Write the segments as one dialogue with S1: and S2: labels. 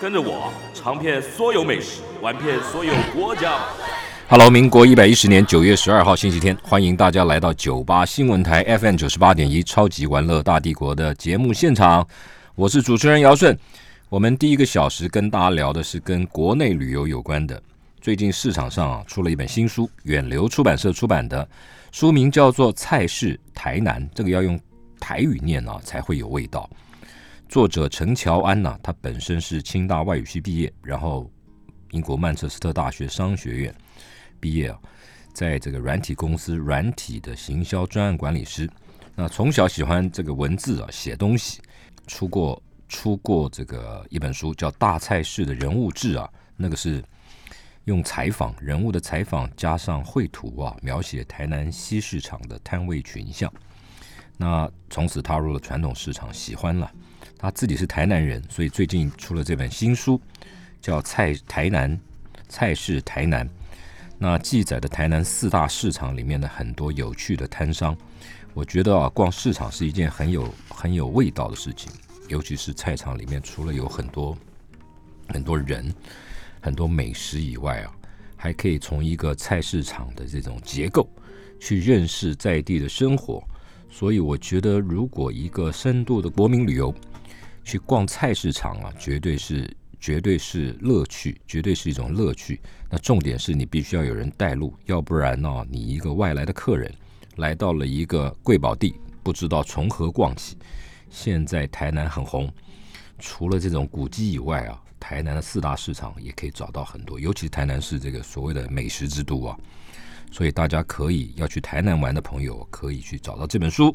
S1: 跟着我尝遍所有美食，玩遍所有国家吧。
S2: Hello，民国一百一十年九月十二号星期天，欢迎大家来到九八新闻台 FM 九十八点一超级玩乐大帝国的节目现场，我是主持人姚顺。我们第一个小时跟大家聊的是跟国内旅游有关的。最近市场上啊出了一本新书，远流出版社出版的，书名叫做《菜市台南》，这个要用台语念啊才会有味道。作者陈乔安呐、他本身是清大外语系毕业，然后英国曼彻斯特大学商学院毕业啊，在这个软体公司软体的行销专案管理师。那从小喜欢这个文字啊，写东西，出过出过这个一本书叫《大菜市的人物志》啊，那个是用采访人物的采访加上绘图啊，描写台南西市场的摊位群像。那从此踏入了传统市场，喜欢了。他自己是台南人，所以最近出了这本新书，叫《菜台南菜市台南》，那记载的台南四大市场里面的很多有趣的摊商。我觉得啊，逛市场是一件很有很有味道的事情，尤其是菜场里面，除了有很多很多人、很多美食以外啊，还可以从一个菜市场的这种结构去认识在地的生活。所以我觉得，如果一个深度的国民旅游去逛菜市场啊，绝对是绝对是乐趣，绝对是一种乐趣。那重点是你必须要有人带路，要不然呢、你一个外来的客人来到了一个贵宝地，不知道从何逛起。现在台南很红，除了这种古迹以外啊，台南的四大市场也可以找到很多，尤其台南是这个所谓的美食之都啊，所以大家可以要去台南玩的朋友，可以去找到这本书，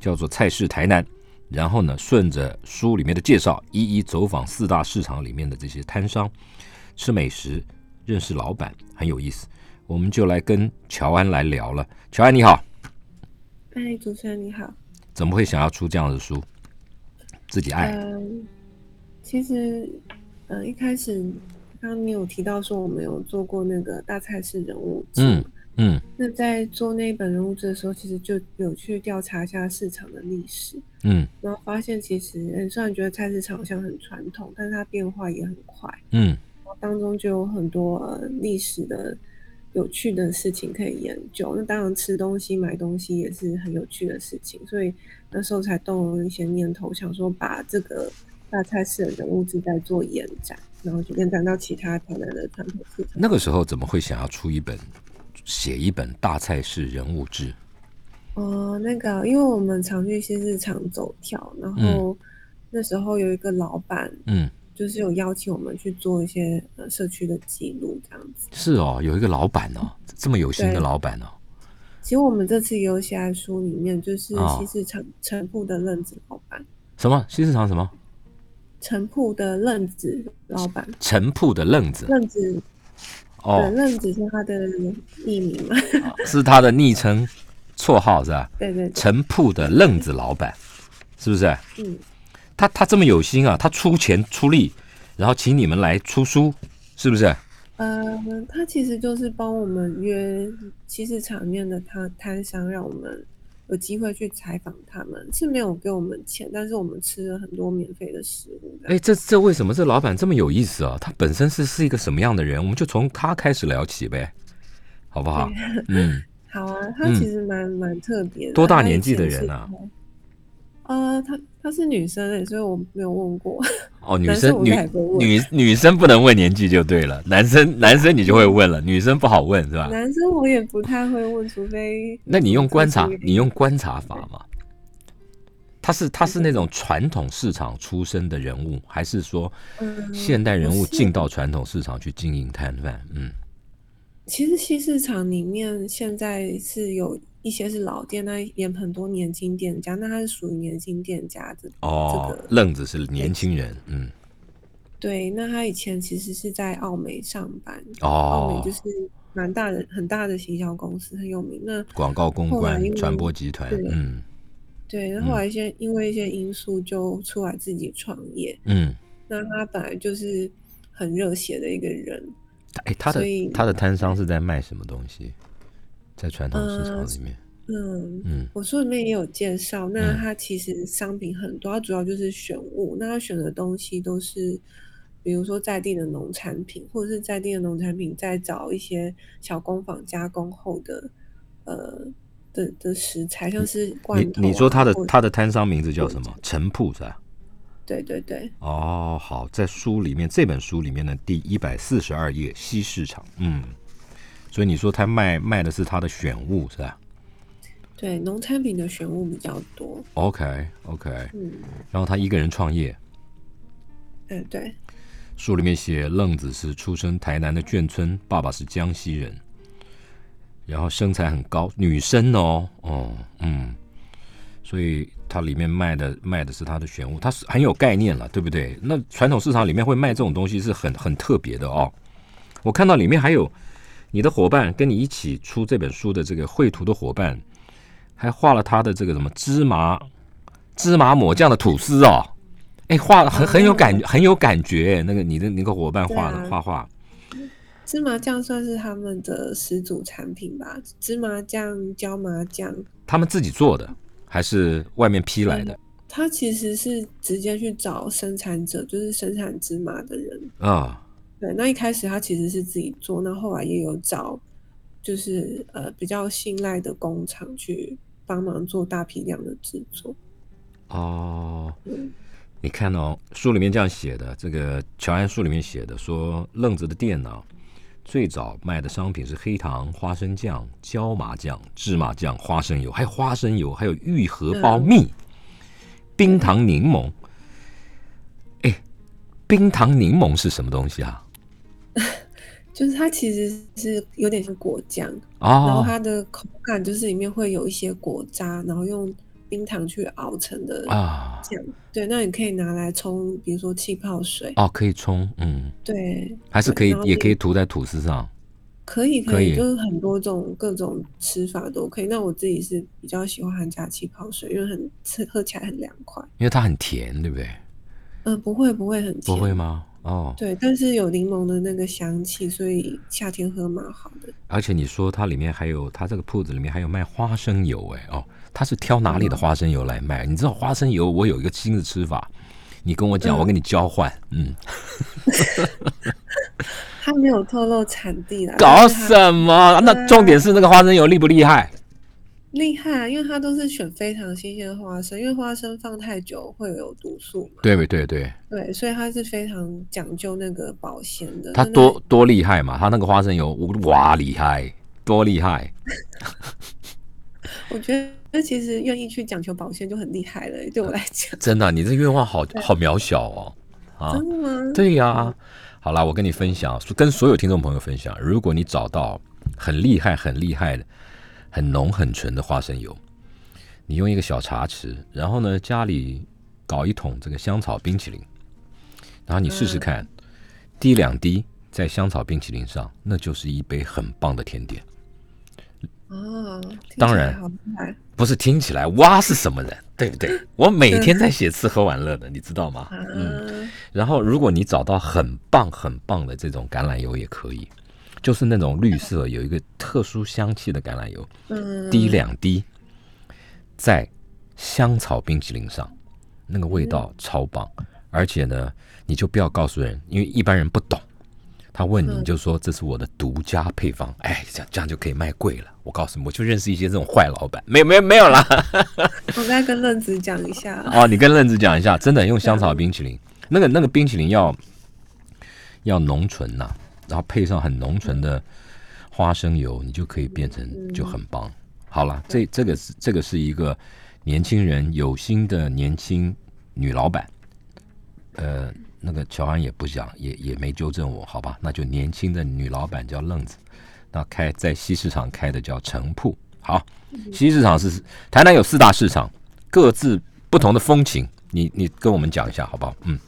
S2: 叫做《菜市台南》，然后呢，顺着书里面的介绍，一一走访四大市场里面的这些摊商，吃美食，认识老板，很有意思。我们就来跟乔安来聊了。乔安你好，
S3: 哎，主持人你好。
S2: 怎么会想要出这样的书？自己爱。
S3: 嗯，其实，嗯，一开始刚刚你有提到说我们有做过那个大菜市人物志，
S2: 嗯，嗯，
S3: 那在做那一本人物志的时候，其实就有去调查一下市场的历史，
S2: 嗯
S3: 然后发现其实，嗯，虽然觉得菜市场好像很传统，但是它变化也很快，
S2: 嗯
S3: 当中就有很多呃历史的。有趣的事情可以研究，那当然吃东西、买东西也是很有趣的事情，所以那时候才动了一些念头，想说把这个大菜市的人物志再做延展，然后就延展到其他台南的传统市场。
S2: 那个时候怎么会想要出一本、写一本大菜市人物志？
S3: 哦，那个，因为我们常去一些日常走跳，然后那时候有一个老板，
S2: 嗯，
S3: 就是有邀请我们去做一些呃社区的记录这样子。
S2: 是哦，有一个老板哦，这么有心的
S3: 对
S2: 老板哦，
S3: 其实我们这次也有写在书里面，就是
S2: 哦
S3: 西市城城铺的任职老板，
S2: 什么新市场什么
S3: 城铺的任职老板，
S2: 陈铺的愣子
S3: 任职对
S2: 哦，
S3: 任职是他的艺名嘛？
S2: 是他的昵称、绰号是吧？
S3: 对对对，
S2: 陈铺的愣子老板，是不是？
S3: 嗯，
S2: 他他这么有心啊，他出钱出力，然后请你们来出书，是不是？
S3: 呃，他其实就是帮我们约西市场面的摊摊商，让我们有机会去采访他们，是没有给我们钱，但是我们吃了很多免费的食物的。
S2: 哎，这这为什么这老板这么有意思啊？他本身是是一个什么样的人？我们就从他开始聊起呗，好不好？ 嗯，
S3: 好啊，他
S2: 嗯
S3: 其实蛮蛮特别的。
S2: 多大
S3: 他以
S2: 年纪的
S3: 前
S2: 人
S3: 是
S2: 啊？
S3: 呃，她她是女生欸所以我没有问过。
S2: 哦，女
S3: 男生
S2: 生
S3: 我
S2: 女
S3: 们还不会问
S2: 女女生不能问年纪就对了，男生男生你就会问了，女生不好问是吧？
S3: 男生我也不太会问，除非
S2: 啊那你用观察
S3: 特殊，原
S2: 你
S3: 因
S2: 用观察法嘛？他是他是那种传统市场出身的人物，还是说
S3: 嗯
S2: 现代人物
S3: 我是
S2: 进到传统市场去经营摊贩？嗯，
S3: 其实西市场里面现在是有一些是老店，那也很多年轻店家，那他是属于年轻店家的。
S2: 哦
S3: 这，个
S2: 愣子是年轻人，嗯，
S3: 对，那他以前其实是在澳美上班，澳
S2: 哦
S3: 美就，是蛮大的、很大的行销公司，很有名。那
S2: 广告公
S3: 后来
S2: 关
S3: 因为
S2: 传播集团
S3: 对，
S2: 嗯
S3: 对，那
S2: 嗯
S3: 后来一些、因为一些因素就出来自己创业。
S2: 嗯，
S3: 那他本来就是很热血的一个人，
S2: 哎，他
S3: 所以
S2: 的他的摊商是在卖什么东西？在传统市场
S3: 呃
S2: 里面，
S3: 嗯，
S2: 嗯
S3: 我书里面也有介绍，那
S2: 嗯
S3: 它其实商品很多，它主要就是选物。那它选的东西都是，比如说在地的农产品，或者是在地的农产品，再找一些小工坊加工后的，呃的的食材，像是罐
S2: 你
S3: 头、啊。
S2: 你说他的
S3: 或
S2: 他的摊商名字叫什么
S3: 或？
S2: 陈铺是吧？
S3: 对对对，
S2: 哦，好，在书里面这本书里面的第一百四十二页西市场，嗯，所以你说他卖卖的是他的选物是吧
S3: 对农产品的选物比较多。
S2: ？OK OK，
S3: 嗯，
S2: 然后他一个人创业，
S3: 哎、对，
S2: 书里面写愣子是出生台南的眷村，爸爸是江西人，然后身材很高，女生哦，哦，嗯，所以它里面卖的卖的是它的选物，它是很有概念了，对不对？那传统市场里面会卖这种东西是很很特别的哦。我看到里面还有你的伙伴跟你一起出这本书的这个绘图的伙伴，还画了他的这个什么芝麻芝麻抹酱的吐司哦。哎，画的很很有感觉，很有感觉。那个你的那个伙伴画的
S3: 对啊
S2: 画画，
S3: 芝麻酱算是他们的始祖产品吧，芝麻酱、椒麻酱。
S2: 他们自己做的还是外面批来的
S3: 他其实是直接去找生产者，就是生产芝麻的人。
S2: 啊？
S3: 对，那一开始他其实是自己做，那后来也有找，就是呃比较信赖的工厂去帮忙做大批量的制作。
S2: 哦
S3: 嗯，
S2: 你看哦，书里面这样写的，这个乔安书里面写的说，愣子的店呢、最早卖的商品是黑糖、花生酱、椒麻酱、芝麻酱、花生油，还有花生油，还有
S3: 嗯
S2: 玉荷包蜜、冰糖柠檬。哎，冰糖柠檬是什么东西啊？
S3: 就是它其实是有点像果酱，然后
S2: 哦
S3: 它的口感就是里面会有一些果渣，然后用冰糖去熬成的
S2: 啊
S3: 酱。对，那你可以拿来冲，比如说气泡水。
S2: 哦，可以冲，嗯，
S3: 对，
S2: 还是
S3: 对
S2: 可以
S3: 然，后
S2: 也
S3: 冰
S2: 可以涂在吐司上。
S3: 可以
S2: 可
S3: 可以，
S2: 以
S3: 就是很多种各种吃法都可以。那我自己是比较喜欢加气泡水，因为很吃喝起来很凉快。
S2: 因为它很甜，对不对？
S3: 嗯、不会不会很
S2: 不
S3: 甜，
S2: 会？吗？哦，
S3: 对，但是有柠檬的那个香气，所以夏天喝蛮好的。
S2: 而且你说它里面还有，它这个铺子里面还有卖花生油，哎哦，它是挑哪里
S3: 嗯
S2: 的花生油来卖？你知道花生油我有一个新的吃法，你跟我讲，
S3: 嗯
S2: 我跟你交换， 嗯，
S3: 它没有透露产地啦，
S2: 搞
S3: 但是它
S2: 什 么？那重点是那个花生油厉不厉害？
S3: 厉害啊，因为它都是选非常新鲜的花生，因为花生放太久会有毒素嘛，
S2: 对不对？对，
S3: 对，所以它是非常讲究那个保鲜的。
S2: 它
S3: 那
S2: 多多厉害嘛？它那个花生油，哇，厉害，多厉害！
S3: 我觉得其实愿意去讲求保鲜就很厉害了，对我来讲，
S2: 真的，你这愿望好好渺小哦，啊，
S3: 真的 吗？
S2: 对呀、好啦，我跟你分享，跟所有听众朋友分享，如果你找到很厉害、很厉害的、很浓很纯的花生油，你用一个小茶匙，然后呢，家里搞一桶这个香草冰淇淋，然后你试试看，滴两滴在香草冰淇淋上，那就是一杯很棒的甜点。
S3: 哦，听起
S2: 当
S3: 来
S2: 然
S3: 好厉害
S2: 不是听起来哇是什么人，对不对？我每天在写吃喝玩乐的，你知道吗？嗯。
S3: 啊！
S2: 然后，如果你找到很棒很棒的这种橄榄油也可以，就是那种绿色有一个特殊香气的橄榄油，
S3: 嗯，
S2: 滴两滴在香草冰淇淋上，那个味道超棒。而且呢，你就不要告诉人，因为一般人不懂。他问你，
S3: 嗯
S2: 你就说这是我的独家配方，哎，这样这样就可以卖贵了。我告诉你，我就认识一些这种坏老板，没有没有没有啦。
S3: 我再跟愣子讲一下，
S2: 哦，你跟愣子讲一下，真的用香草冰淇淋，那个那个冰淇淋要要浓醇呐、然后配上很浓醇的花生油，你就可以变成就很棒。好了，这这个是这个是一个年轻人有心的年轻女老板，呃，那个乔安也不讲，也也没纠正我，好吧？那就年轻的女老板叫愣子，那开在西市场开的叫城铺。好，西市场是台南有四大市场，各自不同的风情，你你跟我们讲一下好不好？嗯，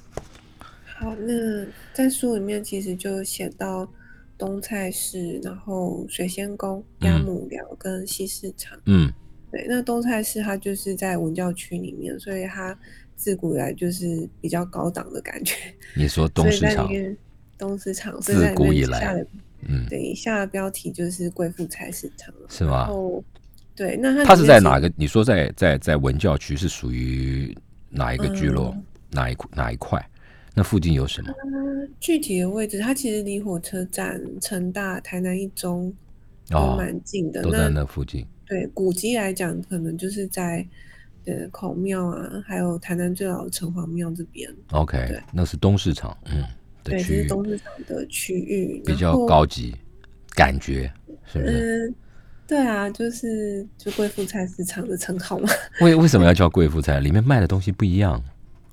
S3: 好，那在书里面其实就写到东菜市，然后水仙宫、鸭
S2: 嗯
S3: 母寮跟西市场。
S2: 嗯
S3: 对，那东菜市它就是在文教区里面，所以它自古以来就是比较高档的感觉。
S2: 你说东市
S3: 所以在
S2: 场
S3: 里，面，东市场所
S2: 自
S3: 以在里
S2: 古
S3: 面
S2: 以来
S3: 下的
S2: 嗯，
S3: 对下的标题就是贵妇菜市场。
S2: 是吗
S3: 然后对，哦那它
S2: 啊它
S3: 里
S2: 是
S3: 面
S2: 在
S3: 其
S2: 哪
S3: 实
S2: 个？你说在在在文教区是属于哪一个聚落？
S3: 嗯
S2: 哪一哪一块？那附近有什么？
S3: 具体的位置，它其实离火车站、成大、台南一中
S2: 哦
S3: 都蛮近的。
S2: 都在
S3: 呃那
S2: 那附近。
S3: 对古迹来讲，可能就是在呃孔庙啊，还有台南最老的城隍庙这边，
S2: OK，
S3: 对
S2: 那是东市场，嗯的
S3: 对，这
S2: 区
S3: 是
S2: 域
S3: 东市场的区域，
S2: 比
S3: 然
S2: 较
S3: 后
S2: 高级，感觉是不是？
S3: 嗯，对啊，就是就贵妇菜市场的称号嘛。
S2: 为为什么要叫贵妇菜？里面卖的东西不一样，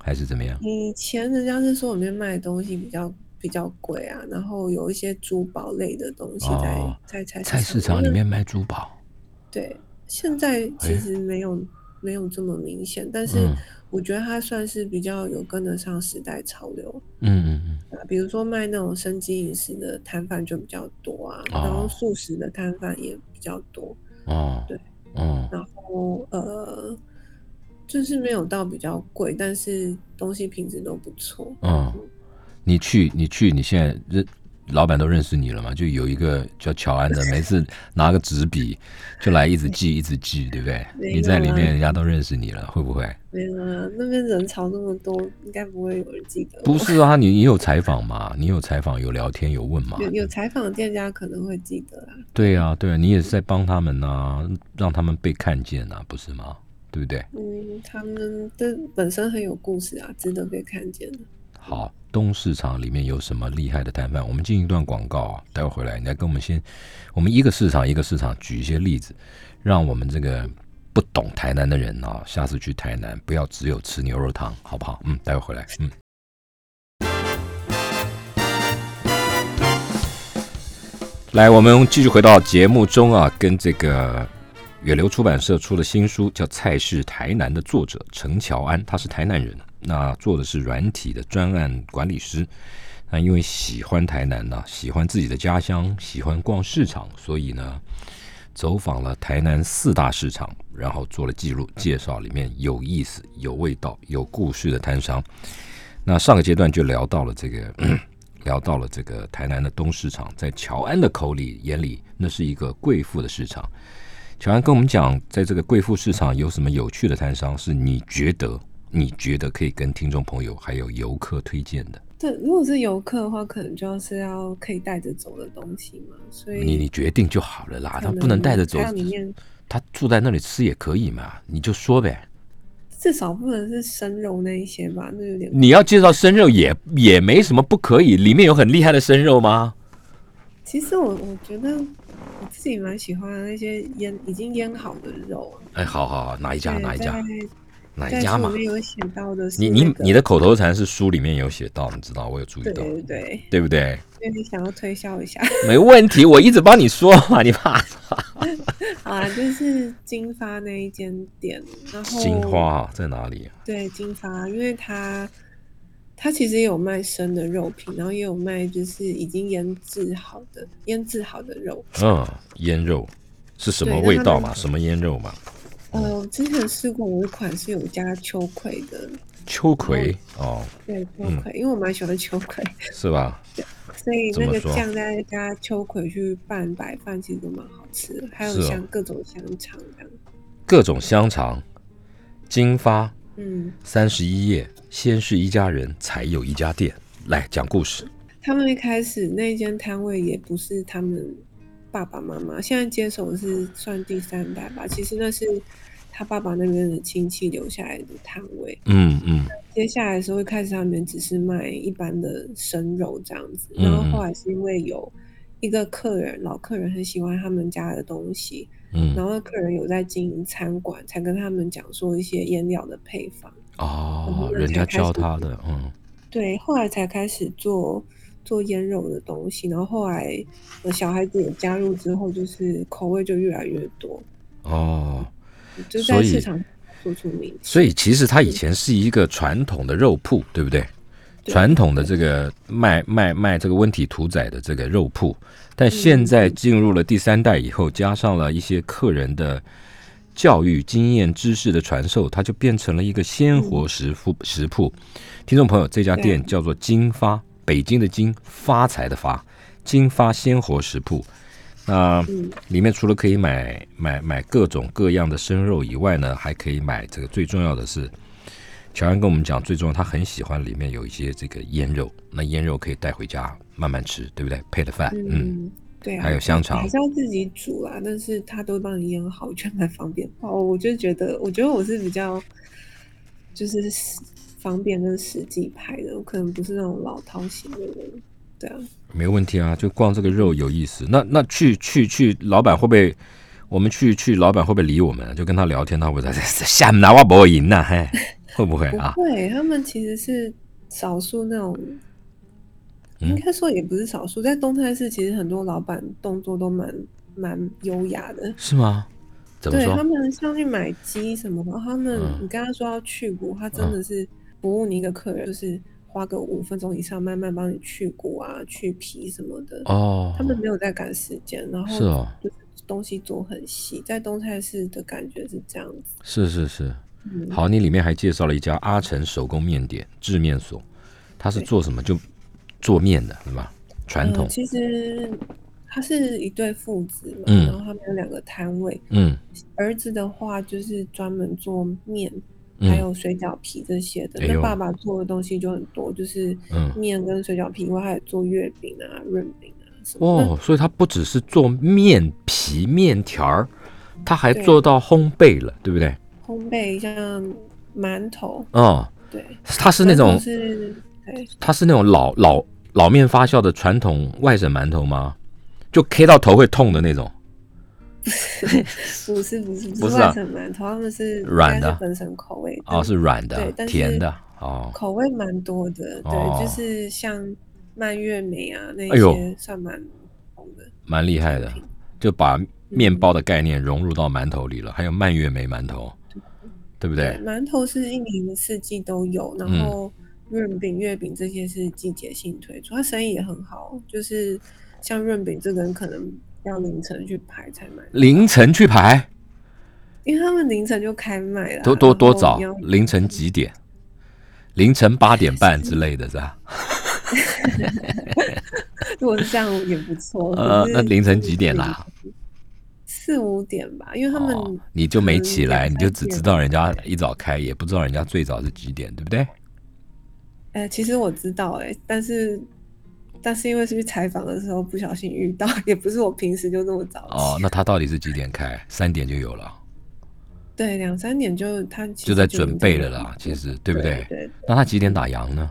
S2: 还是怎么样？
S3: 以前人家是说里面卖的东西比较比较贵啊，然后有一些珠宝类的东西在、
S2: 哦
S3: 在菜
S2: 菜市
S3: 市
S2: 场里
S3: 那
S2: 面卖珠宝，
S3: 对，现在
S2: 哎
S3: 其实没有、没有这么明显，但是
S2: 嗯
S3: 我觉得它算是比较有跟得上时代潮流。
S2: 嗯嗯嗯，
S3: 啊比如说卖那种生机饮食的摊贩就比较多啊，然
S2: 哦
S3: 后素食的摊贩也比较多，
S2: 哦，
S3: 对，
S2: 哦，
S3: 然后呃，就是没有到比较贵，但是东西品质都不错。
S2: 嗯，你去，你去，你现在认老板都认识你了嘛？就有一个叫乔安的，每次拿个纸笔就来一直记，一直记，对不对？
S3: 没有
S2: 你在里面，
S3: 啊
S2: 人家都认识你了，会不会？
S3: 没有啊，那边人潮那么多，应该不会有人记得我。
S2: 不是啊，你你有采访嘛？你有采访，有聊天，有问嘛？
S3: 有有采访的店家可能会记得啊。
S2: 对啊，对啊，你也是在帮他们呐、啊让他们被看见呐、不是吗？对不对？
S3: 嗯，他们这本身很有故事啊，值得被看见的。
S2: 好，东市场里面有什么厉害的摊贩？我们进一段广告啊，待会回来你来跟我们先，我们一个市场一个市场举一些例子，让我们这个不懂台南的人啊，下次去台南不要只有吃牛肉汤，好不好？嗯，待会回来，嗯。来，我们继续回到节目中啊，跟这个远流出版社出的新书叫《菜市台南》的作者陈乔安，他是台南人，那做的是软体的专案管理师。那因为喜欢台南呢、喜欢自己的家乡，喜欢逛市场，所以呢，走访了台南四大市场，然后做了记录，介绍里面有意思、有味道、有故事的摊商。那上个阶段就聊到了这个，聊到了这个台南的东市场，在乔安的口里眼里，那是一个贵妇的市场。乔安跟我们讲，在这个贵妇市场有什么有趣的摊商，是你觉得你觉得可以跟听众朋友还有游客推荐的？
S3: 对，如果是游客的话，可能就是要可以带着走的东西嘛。所以
S2: 你你决定就好了啦，
S3: 可
S2: 他不能带着走
S3: 还，有里面
S2: 他住在那里吃也可以嘛，你就说呗。
S3: 至少不能是生肉那一些吧，那有点
S2: 你要介绍生肉也也没什么不可以，里面有很厉害的生肉吗？
S3: 其实我我觉得我自己蛮喜欢那些腌已经腌好的肉啊，
S2: 哎，好好，好哪一家
S3: 对
S2: 哪一家哪
S3: 在
S2: 一家
S3: 在书
S2: 嘛
S3: 里？面有写到的是
S2: 你你
S3: 那个
S2: 你的口头禅是书里面有写到，你知道我有注意
S3: 对
S2: 到，
S3: 对对，
S2: 对不对？
S3: 因为你想要推销一下
S2: 没问题，我一直帮你说嘛，你怕
S3: 哦
S2: 什么？
S3: 啊，就是金发那一间店，然后
S2: 金花啊在哪里啊？
S3: 对金发，因为它它其实也有卖生的肉品，然后也有卖就是已经腌制好的腌制好的肉，
S2: 嗯，腌肉是什么味道嘛？什么腌肉嘛？
S3: 呃，我之前试过有一款是有加秋葵的，
S2: 秋葵哦，
S3: 对秋
S2: 嗯
S3: 葵，因为我蛮喜欢秋葵。
S2: 是吧？
S3: 所以
S2: 怎
S3: 那
S2: 么
S3: 个
S2: 说啊
S3: 酱再加秋葵去拌白饭，其实都蛮好吃的，还有
S2: 是哦
S3: 像各种香肠这样。
S2: 各种香肠，金发
S3: 嗯，
S2: 三十一夜，先是一家人，才有一家店。来讲故事，
S3: 他们一开始那间摊位也不是他们爸爸妈妈，现在接手的是算第三代吧。其实那是他爸爸那边的亲戚留下来的摊位。
S2: 嗯嗯
S3: 接下来的时候，一开始他们只是卖一般的生肉这样子，然后
S2: 嗯嗯
S3: 后来是因为有一个客人，老客人很喜欢他们家的东西，
S2: 嗯，
S3: 然后客人有在经营餐馆，才跟他们讲说一些腌料的配方。
S2: 哦，人家教他的，嗯
S3: 对，后来才开始做做腌肉的东西，然后后来、呃、小孩子也加入之后，就是口味就越来越多，
S2: 哦，
S3: 就
S2: 所
S3: 在
S2: 以
S3: 市场做出名气。
S2: 所以其实他以前是一个传统的肉铺，对不对？
S3: 对
S2: 传统的这个卖卖卖这个温体屠宰的这个肉铺，但现在进入了第三代以后，加上了一些客人的教育经验、知识的传授，它就变成了一个鲜活食铺。食铺，听众朋友，这家
S3: 对
S2: 店叫做金发，北京的金，发财的发，金发鲜活食铺。那、
S3: 嗯
S2: 里面除了可以买买买各种各样的生肉以外呢，还可以买这个最重要的是，乔安跟我们讲，最重要他很喜欢里面有一些这个腌肉，那腌肉可以带回家慢慢吃，对不对？配的饭，嗯，
S3: 嗯，对啊，
S2: 还有香
S3: 还
S2: 肠
S3: 是，要自己煮啦，但是他都帮你腌好，我觉得蛮方便。哦，我就觉得，我觉得我是比较就是实方便跟实际派的，我可能不是那种老饕型的人。对啊，
S2: 没问题啊，就逛这个肉有意思。那那去去去，老板会不会？我们去去，老板会不会理我们啊？就跟他聊天，他会不会在 下面拿我不赢呐？嘿，会不会
S3: 不
S2: 啊？
S3: 会，他们其实是少数那种，
S2: 嗯
S3: 应该说也不是少数，在东泰市其实很多老板动作都蛮蛮优雅的。
S2: 是吗？怎么
S3: 对
S2: 说
S3: 他？们上去买鸡什么的，他们、
S2: 嗯
S3: 你跟他说要去骨，他真
S2: 嗯
S3: 的是服务你一个客人，就是花个五分钟以上，慢慢帮你去骨啊、去皮什么的。
S2: 哦
S3: 他，们没有在赶时间，然后
S2: 是哦
S3: 就是东西做很细，在东菜市的感觉是这样子。
S2: 是是是。
S3: 嗯，
S2: 好，你里面还介绍了一家阿成手工面点制面所，它是
S3: 对
S2: 做什么？就做面的，是吧？传
S3: 呃
S2: 统，
S3: 其实他是一对父子嘛，
S2: 嗯
S3: 然后他们有两个摊位，
S2: 嗯
S3: 儿子的话就是专门做面，
S2: 嗯
S3: 还有水饺皮这些的。
S2: 哎呦
S3: 那爸爸做的东西就很多，就是
S2: 嗯
S3: 面跟水饺皮以外，还有做月饼啊、润饼啊什么的。
S2: 哦，所以它不只是做面皮、面条儿，它还
S3: 对
S2: 做到烘焙了，对不对？
S3: 烘焙像馒头，
S2: 哦，
S3: 对，
S2: 它是那
S3: 馒
S2: 种
S3: 头，是对
S2: 它是那种老老老面发酵的传统外省馒头吗？就 K 到头会痛的那种。
S3: 不是不
S2: 不
S3: 是不
S2: 是
S3: 是
S2: 啊
S3: 外省馒头，他们是
S2: 软的
S3: 应该是本省口味
S2: 哦，
S3: 但
S2: 是软的
S3: 嗯对、但是
S2: 甜的，哦，
S3: 口味蛮多的，对，
S2: 哦
S3: 就是像蔓越莓啊那
S2: 哎呦
S3: 些算蛮红的。
S2: 蛮厉害的，就把面包的概念融入到馒头里了，还有蔓越莓馒头，对不对？
S3: 馒头是一年四季都有，然
S2: 嗯
S3: 后润饼、月饼这些是季节性推出，它生意也很好。就是像润饼这个人，可能要凌晨去排才买，
S2: 凌晨去排，
S3: 嗯因为他们凌晨就开卖了。
S2: 多多多
S3: 然后
S2: 早
S3: 你要？
S2: 凌晨几点？凌晨八点半之类的是吧？
S3: 如果是这样也不错。
S2: 呃
S3: 可，是
S2: 那凌晨几点啦？
S3: 四五点吧，因为他们、
S2: 哦，你就没起来，
S3: 嗯
S2: 你就只知道人家一早开，也不知道人家最早是几点，对不对？
S3: 呃，其实我知道哎、但是但是因为是去采访的时候不小心遇到，也不是我平时就那么早起。
S2: 哦，那他到底是几点开？三点就有了，
S3: 对，两三点就他其实
S2: 就在
S3: 已经
S2: 准备了
S3: 忙
S2: 啦，其实对不
S3: 对
S2: 对？
S3: 对
S2: 那他几点打烊呢？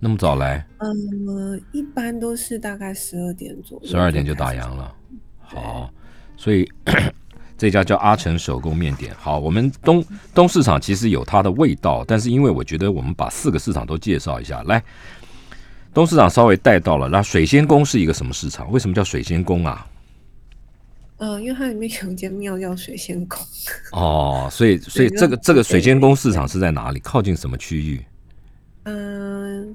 S2: 那么早来？
S3: 嗯，一般都是大概十二点左右，
S2: 十二点就打
S3: 开始
S2: 烊了。
S3: 对
S2: 好，所以 这家叫阿成手工面点。好，我们东东市场其实有它的味道，但是因为我觉得我们把四个市场都介绍一下，来，东市场稍微带到了。那水仙宫是一个什么市场？为什么叫水仙宫啊？
S3: 嗯，因为它里面有一间庙叫水仙宫，
S2: 哦，所以所以这个这个水仙宫市场是在哪里？靠近什么区域？
S3: 嗯，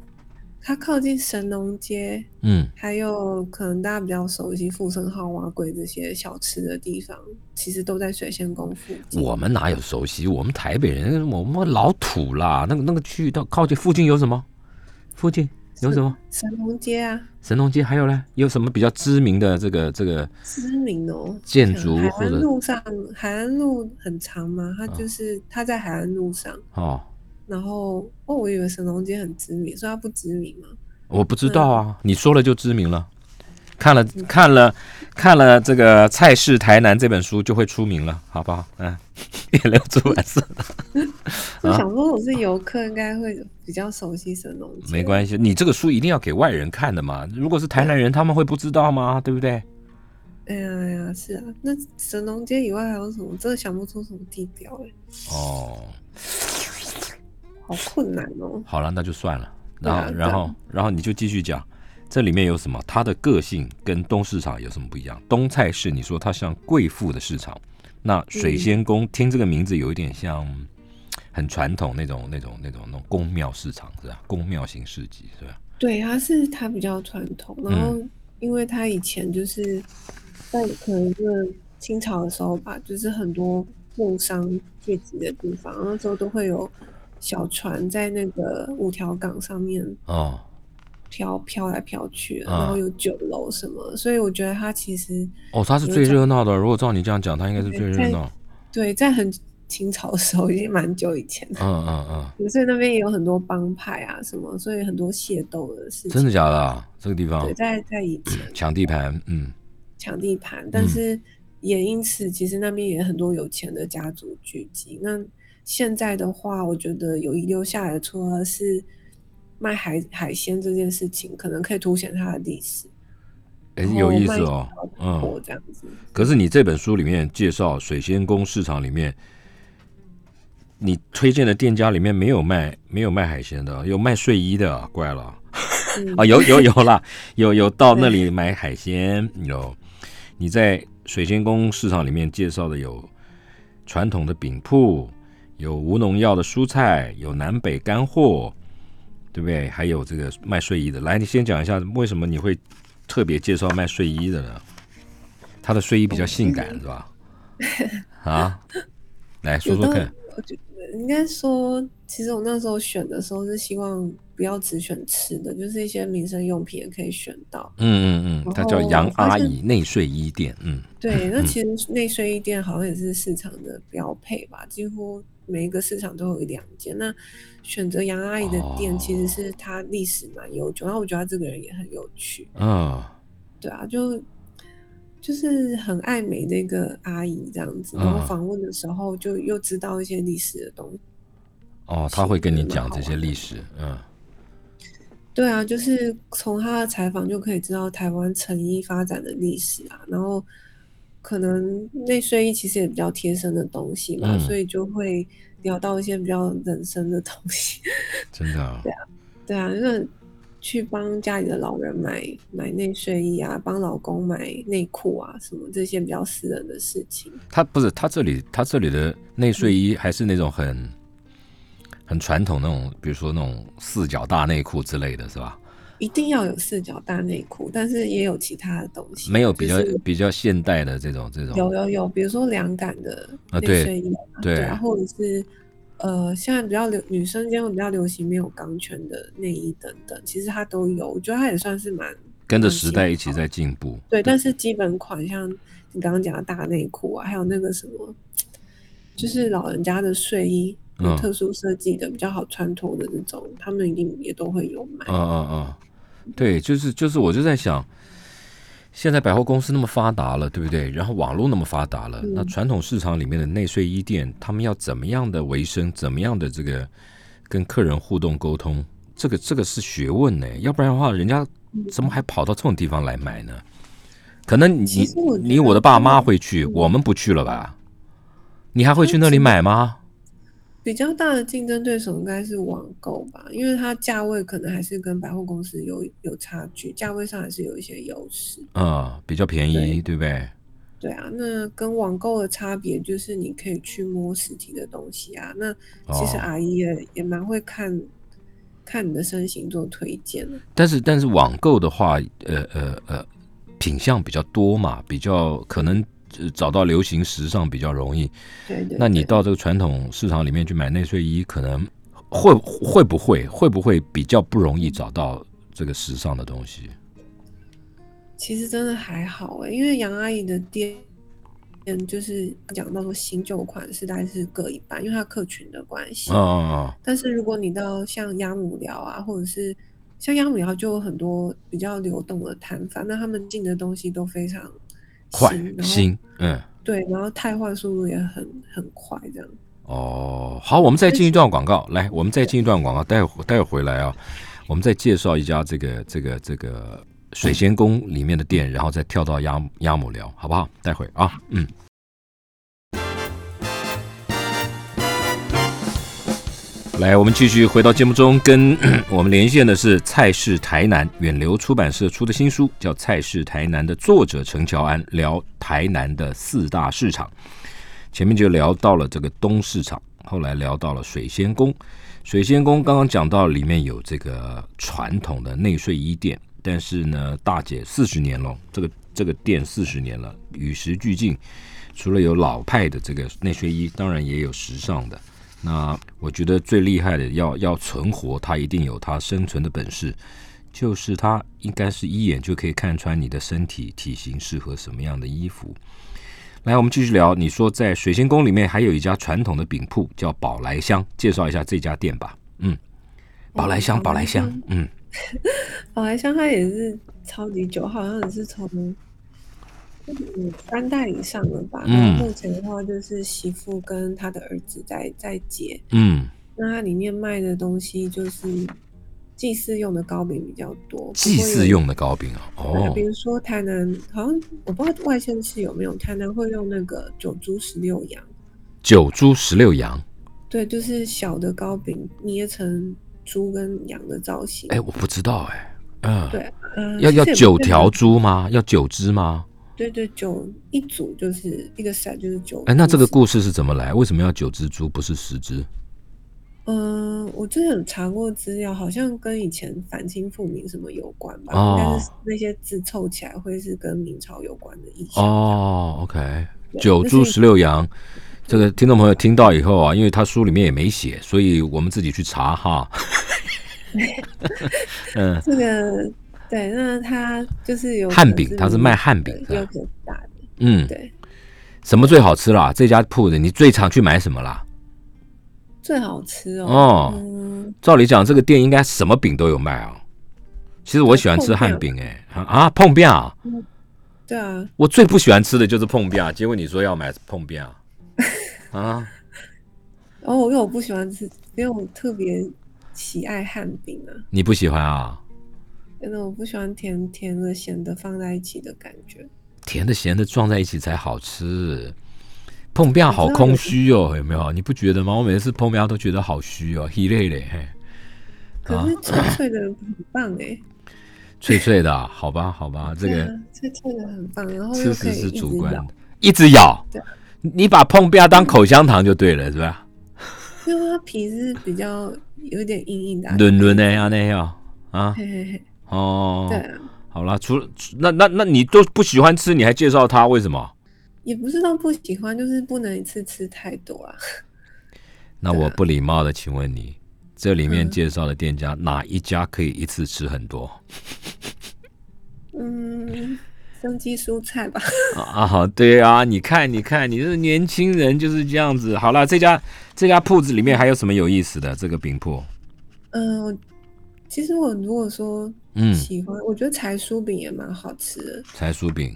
S3: 它靠近神农街，
S2: 嗯，
S3: 还有可能大家比较熟悉富生号啊蛙龟这些小吃的地方，其实都在水仙宫附近。
S2: 我们哪有熟悉？我们台北人，我们老土啦。那个那个区域到靠近附近有什么？附近有什么？
S3: 神农街啊，
S2: 神农街还有呢？有什么比较知名的这个这个
S3: 知名哦，
S2: 建
S3: 像
S2: 筑
S3: 海
S2: 或
S3: 岸
S2: 者嗯
S3: 路上，海岸路很长嘛，它就是、它在海岸路上，
S2: 哦？
S3: 然后哦，我以为神农街很知名，所以它不知名嘛。
S2: 我不知道啊，你说了就知名了。看了看了看了这个《蔡氏台南》这本书就会出名了，好不好？嗯， 也没有出版社
S3: 我
S2: 啊
S3: 想说我是游客，应该会比较熟悉神农街。
S2: 没关系，你这个书一定要给外人看的嘛。如果是台南人，他们会不知道吗？对不对？
S3: 哎呀哎呀，是啊，那神农街以外还有什么？真的想不出什么地标哎、
S2: 哦，
S3: 好困难哦。
S2: 好了，那就算了。然后
S3: 对啊
S2: 然
S3: 对
S2: 后
S3: 啊
S2: 然后你就继续讲，这里面有什么？它的个性跟东市场有什么不一样？东菜市你说它像贵妇的市场，那水仙宫、听这个名字有一点像很传统那种那种那种那种宫庙市场是吧？宫庙型市集是吧？
S3: 对，它是它比较传统，
S2: 嗯
S3: 然后因为它以前就是在可能就是清朝的时候吧，就是很多富商聚集的地方，那时候都会有小船在那个五条港上面
S2: 哦，
S3: 飘飘来飘去的，
S2: 啊
S3: 然后有酒楼什么，所以我觉得它其实
S2: 哦，它是最热闹的。如果照你这样讲，它应该是最热闹。
S3: 对在很清朝的时候已经蛮久以前了。
S2: 嗯嗯嗯，
S3: 所以那边也有很多帮派啊什么，所以很多械斗的事情。
S2: 真的假的啊？这个地方
S3: 对，在在以前
S2: 抢地盘，嗯，
S3: 抢地盘，但
S2: 嗯
S3: 是也因此，其实那边也很多有钱的家族聚集。那现在的话，我觉得有遗留下来的，除了是卖海海鲜这件事情，可能可以凸显它的历史。
S2: 哎，
S3: 然
S2: 有
S3: 后
S2: 意
S3: 卖
S2: 思哦
S3: 小，
S2: 嗯
S3: 货。这样子。
S2: 可是你这本书里面介绍水仙宫市场里面，你推荐的店家里面没有卖没有卖海鲜的，有卖睡衣的，啊怪了
S3: 嗯
S2: 啊！有有有啦，有有到那里买海鲜，有你在水仙宫市场里面介绍的有传统的饼铺，有无农药的蔬菜，有南北干货，对不对？还有这个卖睡衣的。来，你先讲一下为什么你会特别介绍卖睡衣的呢？他的睡衣比较性
S3: 哦
S2: 感是吧？啊，来说
S3: 嗯有
S2: 说
S3: 到，
S2: 看。
S3: 我觉得应该说，其实我那时候选的时候是希望不要只选吃的，就是一些民生用品也可以选到。
S2: 嗯嗯嗯，
S3: 然
S2: 它叫
S3: 后
S2: 杨
S3: 我发
S2: 阿
S3: 现
S2: 姨内睡衣店。嗯
S3: 对，那其实内睡衣店好像也是市场的标配吧，几乎每一个市场都有一两间。那选择杨阿姨的店，其实是她历史蛮悠久，然后我觉得她这个人也很有趣，
S2: 嗯
S3: 对啊，就就是很爱美这个阿姨这样子。然
S2: 啊
S3: 后访问的时候就又知道一些历史的东西。
S2: 哦，他会跟你讲这
S3: 蛮好
S2: 些
S3: 玩的
S2: 历史。嗯。
S3: 对啊，就是从他的采访就可以知道台湾成衣发展的历史啊，然后可能内睡衣其实也比较贴身的东西嘛，
S2: 嗯
S3: 所以就会聊到一些比较人生的东西。
S2: 真的、啊，
S3: 对啊，就是去帮家里的老人买买内睡衣啊，帮老公买内裤啊，什么这些比较私人的事情。
S2: 他不是他这里他这里的内睡衣还是那种很很传统那种，比如说那种四角大内裤之类的是吧？
S3: 一定要有四角大内裤，但是也有其他的东西，
S2: 没有
S3: 就
S2: 比较
S3: 是
S2: 比较现代的这种这种，
S3: 有有有，比如说凉感的
S2: 啊
S3: 内
S2: 对
S3: 睡衣啊，
S2: 对
S3: 啊，或者是呃，现在比较流女生间会比较流行没有钢圈的内衣等等，其实它都有，我觉得它也算是蛮
S2: 跟着
S3: 蛮
S2: 时
S3: 新
S2: 代
S3: 潮
S2: 一起在进步。
S3: 对，但是基本款像你刚刚讲的大内裤啊，还有那个什么，就是老人家的睡衣。
S2: 嗯
S3: 有特殊设计的比较好穿脱的那种，他们一定也都会有买。
S2: 嗯嗯嗯，对，就是就是，我就在想，现在百货公司那么发达了，对不对？然后网络那么发达了，
S3: 嗯
S2: 那传统市场里面的内睡衣店，他们要怎么样的维生，怎么样的这个跟客人互动沟通，这个这个是学问呢，要不然的话，人家
S3: 嗯
S2: 怎么还跑到这种地方来买呢？可能你
S3: 其实我觉
S2: 你
S3: 得
S2: 我的爸
S3: 他们
S2: 妈会去，我们不去了吧？你还会去那里
S3: 其实
S2: 买吗？
S3: 比较大的竞争对手应该是网购吧，因为它价位可能还是跟百货公司有有差距，价位上还是有一些优势。
S2: 嗯，比较便宜，对不对？
S3: 对啊，那跟网购的差别就是你可以去摸实体的东西啊。那其实
S2: 哦
S3: 阿姨也也蛮会看看你的身形做推荐的。
S2: 但是但是网购的话，呃呃呃，品相比较多嘛，比较可能呃找到流行时尚比较容易。
S3: 对对
S2: 那你
S3: 对
S2: 到这个传统市场里面去买内睡衣，可能会会不会会不会比较不容易找到这个时尚的东西？
S3: 其实真的还好诶、因为杨阿姨的店，嗯，就是讲到说新旧款式大概是各一半，因为它客群的关系。
S2: 嗯嗯嗯
S3: 但是如果你到像鸭母寮啊，或者是像鸭母寮，就有很多比较流动的摊贩，那他们进的东西都非常
S2: 快
S3: 新，然后
S2: 新嗯
S3: 对，然后汰换速度也很很快，这样。
S2: 哦，好，我们再进一段广告，来，我们再进一段广告，待会待会回来啊，我们再介绍一家这个这个这个水仙宫里面的店，然后再跳到鸭鸭母寮，好不好？待会啊，嗯。来，我们继续回到节目中，跟 我们连线的是蔡氏台南远流出版社出的新书，叫《蔡氏台南》的作者陈乔安聊台南的四大市场。前面就聊到了这个东市场，后来聊到了水仙宫。水仙宫刚刚讲到里面有这个传统的内税衣店，但是呢，大姐四十年了，这个这个店四十年了，与时俱进，除了有老派的这个内睡衣，当然也有时尚的。那我觉得最厉害的要要存活，它一定有它生存的本事，就是它应该是一眼就可以看穿你的身体体型适合什么样的衣服。来，我们继续聊。你说在水仙宫里面还有一家传统的饼铺叫宝来香，介绍一下这家店吧。嗯，宝来香，
S3: 嗯
S2: 宝来香
S3: 宝来香，
S2: 嗯，
S3: 宝来香它也是超级久，好像也是从嗯三代以上了吧。
S2: 嗯
S3: 然后目前的话就是媳妇跟他的儿子在在结。
S2: 嗯，
S3: 那它里面卖的东西就是祭祀用的糕饼比较多，
S2: 祭祀用的糕饼啊，
S3: 不过有。
S2: 哦
S3: 比，如说台南，好像我不知道外县市有没有，台南会用那个九猪十六羊，
S2: 九猪十六羊，
S3: 对，就是小的糕饼捏成猪跟羊的造型。
S2: 哎，我不知道哎，嗯，
S3: 对，呃
S2: 要
S3: 其
S2: 要
S3: 实也不
S2: 九
S3: 是
S2: 条
S3: 很
S2: 猪吗？要九只吗？
S3: 对对，九一组就是一个 set 就是九。
S2: 哎，那这个，故事是怎么来？为什么要九只猪，不是十只？
S3: 嗯、我之前有查过资料，好像跟以前反清复明什么有关吧，
S2: 哦
S3: 但是那些字凑起来会是跟明朝有关的意思。
S2: 哦，OK，
S3: 对
S2: 九
S3: 就
S2: 猪
S3: 是
S2: 十六羊，这个听众朋友听到以后啊，因为他书里面也没写，所以我们自己去查 哈。嗯，
S3: 这个对，那它就是有
S2: 汉
S3: 可能
S2: 饼它是卖汉饼
S3: 对
S2: 的
S3: 有可能是大的，
S2: 嗯，
S3: 对，
S2: 什么最好吃啦？这家铺子你最常去买什么啦？
S3: 最好吃哦。
S2: 哦
S3: 嗯，
S2: 照理讲，这个店应该什么饼都有卖啊。其实我喜欢吃汉饼、哎，啊啊，碰饼啊，
S3: 对啊，
S2: 我最不喜欢吃的就是碰饼啊。结果你说要买碰饼啊，啊，
S3: 然后我因为我不喜欢吃，因为我特别喜爱汉饼啊，
S2: 你不喜欢啊？
S3: 真的我不喜欢甜甜的咸的放在一起的感觉。
S2: 甜的咸的撞在一起才好吃。碰面好空虚哦，有没有？你不觉得吗？我每次碰面都觉得好虚哦，稀累嘞，嘿啊
S3: 可是脆脆的很棒哎、
S2: 脆脆的 啊、好吧，好吧，这
S3: 对
S2: 个
S3: 啊脆脆的很棒，然后
S2: 吃
S3: 又可
S2: 食
S3: 以
S2: 是
S3: 一
S2: 主
S3: 直
S2: 观
S3: 咬
S2: 的，一直咬
S3: 对。
S2: 你把碰面当口香糖就对了，是吧？
S3: 因为它皮是比较有点硬硬的、啊。
S2: 轮轮的啊那样啊
S3: 嘿嘿嘿，
S2: 哦
S3: 对，啊，
S2: 好啦，除了除那那那你都不喜欢吃，你还介绍它为什么？
S3: 也不是说不喜欢，就是不能一次吃太多啊。
S2: 那我不礼貌的请问你，这里面
S3: 嗯
S2: 介绍的店家哪一家可以一次吃很多？
S3: 嗯，生机蔬菜吧。
S2: 啊，好，对啊，你看，你看，你这年轻人就是这样子。好了，这家这家铺子里面还有什么有意思的？这个饼铺，
S3: 嗯，我其实我如果说
S2: 嗯，
S3: 喜欢，我觉得柴酥饼也蛮好吃的。
S2: 柴酥饼，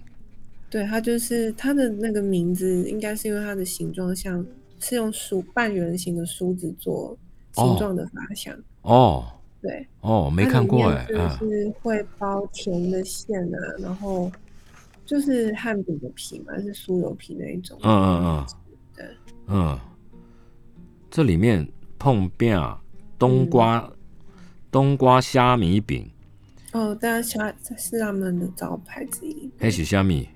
S3: 对，它就是它的那个名字，应该是因为它的形状像是用梳半圆形的梳子做
S2: 哦
S3: 形状的发香。
S2: 哦
S3: 对，
S2: 哦，没
S3: 它
S2: 看
S3: 里
S2: 过
S3: 面
S2: 哎，
S3: 就
S2: 嗯，
S3: 是会包甜的馅啊，然后就是汉堡的皮嘛，是酥油皮那一种。
S2: 嗯嗯嗯
S3: 对，
S2: 嗯，这里面碰面啊，冬瓜、
S3: 嗯
S2: 冬瓜虾米饼，
S3: 哦，当然虾是他们的招牌之一，
S2: 黑起虾米，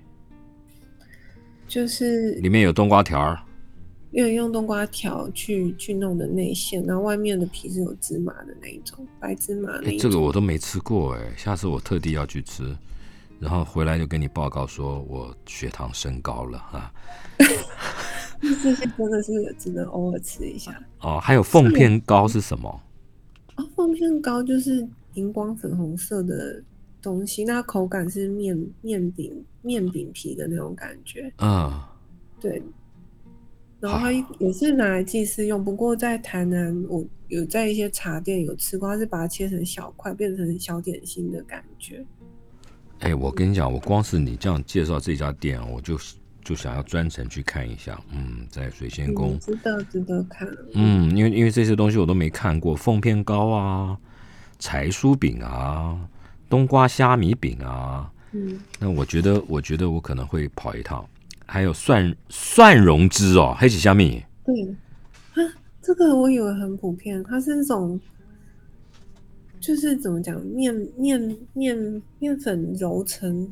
S3: 就是
S2: 里面有冬瓜条儿，
S3: 因为用冬瓜条去去弄的内馅，然后外面的皮是有芝麻的那一种，白芝麻那
S2: 哎，
S3: 一
S2: 这
S3: 种。
S2: 个我都没吃过哎，下次我特地要去吃，然后回来就跟你报告说我血糖升高了啊。
S3: 这些真的是只能偶尔吃一下。
S2: 哦，还有凤片糕是什么？
S3: 哦，凤片糕就是荧光粉红色的东西，那口感是面面饼面饼皮的那种感觉。
S2: 嗯，
S3: 对，然后它一也是拿来祭祀用，不过在台南我有在一些茶店有吃过，它是把它切成小块，变成小点心的感觉。嗯
S2: 哎，我跟你讲，我光是你这样介绍这家店啊，我就就想要专程去看一下。嗯，在水仙宫
S3: 嗯，，值得值得看。啊
S2: 嗯，因为因为这些东西我都没看过，凤片糕啊，柴酥饼啊，冬瓜虾米饼啊，
S3: 嗯，
S2: 那我觉得，我觉得我可能会跑一趟。还有蒜蒜蓉汁哦，黑起虾米，
S3: 对啊，这个我以为很普遍，它是一种，就是怎么讲，面面面面粉揉成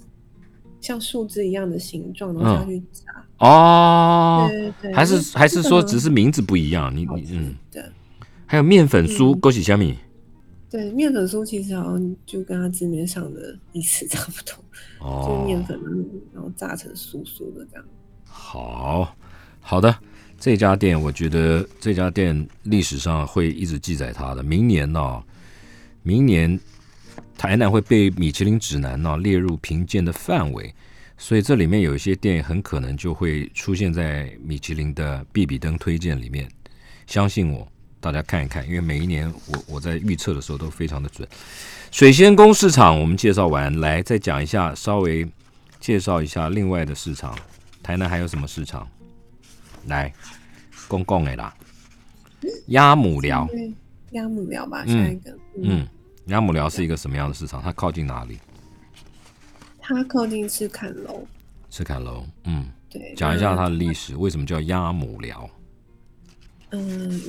S3: 像树枝一样的形状，然后下去炸。
S2: 嗯哦，
S3: 对对对，
S2: 还
S3: 因为
S2: 是还是
S3: 这个
S2: 说
S3: 呢
S2: 只是名字不一样？你
S3: 好
S2: 你
S3: 吃
S2: 嗯，
S3: 的。
S2: 还有面粉酥、
S3: 嗯
S2: 枸杞虾米，
S3: 对面粉酥其实好像就跟它字面上的意思差不多，就
S2: 哦
S3: 是，面粉然后然后炸成酥酥的这样。
S2: 好好的，这家店我觉得这家店历史上会一直记载它的。明年呢、明年台南会被米其林指南呢、列入评鉴的范围，所以这里面有一些店很可能就会出现在米其林的必比登推荐里面。相信我，大家看一看，因为每一年我我在预测的时候都非常的准。水仙宫市场我们介绍完，来再讲一下，稍微介绍一下另外的市场。台南还有什么市场？来，公共的啦，鸭母寮，
S3: 对，鸭母寮吧，
S2: 哦嗯
S3: 下一个，
S2: 嗯，，鸭母寮是一个什么样的市场？它靠近哪里？
S3: 它靠近赤坎楼，
S2: 赤坎楼，嗯，
S3: 对，
S2: 讲一
S3: 那
S2: 下它的历史，为什么叫鸭母寮？
S3: 嗯，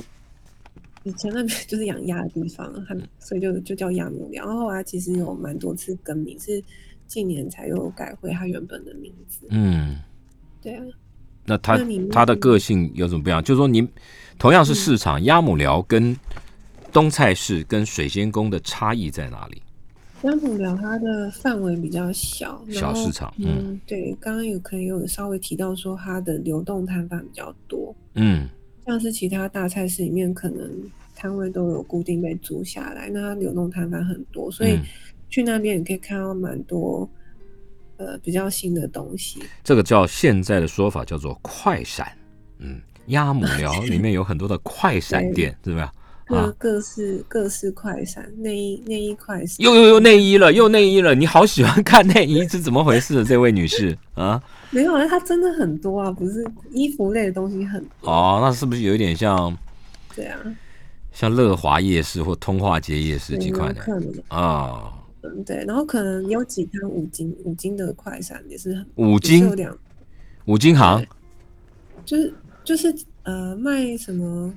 S3: 以前那边 就是养鸭的地方，它所以就就叫鸭母寮。然后啊，其实有蛮多次更名，是近年才又改回它原本的名字。
S2: 嗯，
S3: 对啊，
S2: 那它
S3: 那里面
S2: 它的个性有什么不一样？就是说，您同样是市场，鸭母寮跟东菜市跟水仙宫的差异在哪里？
S3: 鸭母寮它的范围比较小，然
S2: 小
S3: 后
S2: 市场嗯
S3: 嗯，对，刚刚有可能有稍微提到说它的流动摊贩比较多，
S2: 嗯
S3: 像是其他大菜市里面可能摊位都有固定被租下来，那它流动摊贩很多，所以
S2: 嗯
S3: 去那边也可以看到蛮多呃比较新的东西。
S2: 这个叫现在的说法叫做快闪，嗯，鸭母寮里面有很多的快闪店，是吧？
S3: 各
S2: 啊，
S3: 各式各式快闪，内衣内衣快闪，
S2: 又又又内衣了，又内衣了，你好喜欢看内衣是怎么回事？这位女士啊，
S3: 没有啊，它真的很多啊，不是衣服类的东西很
S2: 哦，那是不是有一点像
S3: 对啊，
S2: 像乐华夜市或通化街夜市
S3: 对
S2: 几
S3: 嗯有
S2: 块呢？
S3: 可能
S2: 啊，
S3: 嗯对，然后可能有几摊五金五金的快闪也是很
S2: 五
S3: 也是有
S2: 金
S3: 两
S2: 五金行
S3: 就是就是呃卖什么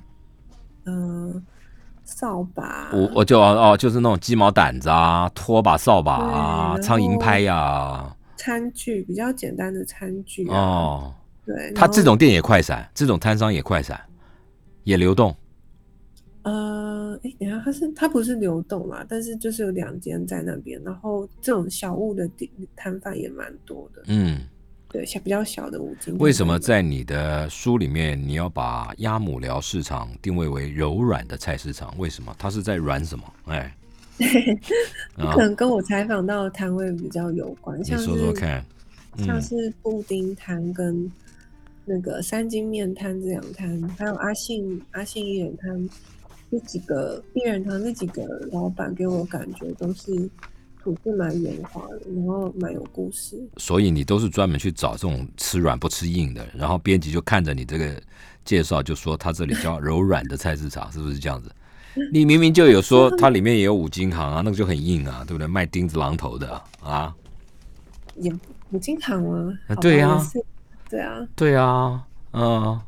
S3: 呃扫把
S2: 我我就哦，哦就是那种鸡毛掸子啊、拖把、扫把啊、
S3: 对然后
S2: 苍蝇拍呀、
S3: 餐具比较简单的餐具啊，
S2: 哦，
S3: 对，
S2: 他
S3: 然后
S2: 这种店也快闪，这种摊商也快闪，也流动。
S3: 呃，哎，等一下，它是它不是流动嘛，但是就是有两间在那边，然后这种小物的地摊贩也蛮多的，
S2: 嗯，
S3: 对，小比较小的五金啊摊贩。
S2: 为什么在你的书里面你要把鸭母寮市场定位为柔软的菜市场？为什么？它是在软什么？ 哎，啊
S3: 可，能跟我采访到的摊位比较有关，
S2: 你
S3: 像
S2: 说说
S3: 是
S2: 看。
S3: 像
S2: 嗯
S3: 是布丁摊跟那个三金面摊这两摊，还有阿信阿信一人摊这几个一人摊这几个老板给我感觉都是吐字蛮圆滑的，然后蛮有故事。
S2: 所以你都是专门去找这种吃软不吃硬的，然后编辑就看着你这个介绍，就说他这里叫柔软的菜市场，是不是这 样子？你明明就有说它里面也有五金行啊，那个就很硬啊，对不对？卖钉子榔头的啊，
S3: 也不经常啊
S2: 啊。
S3: 好
S2: 对
S3: 吧
S2: 呀
S3: 也是对啊，
S2: 对啊，嗯，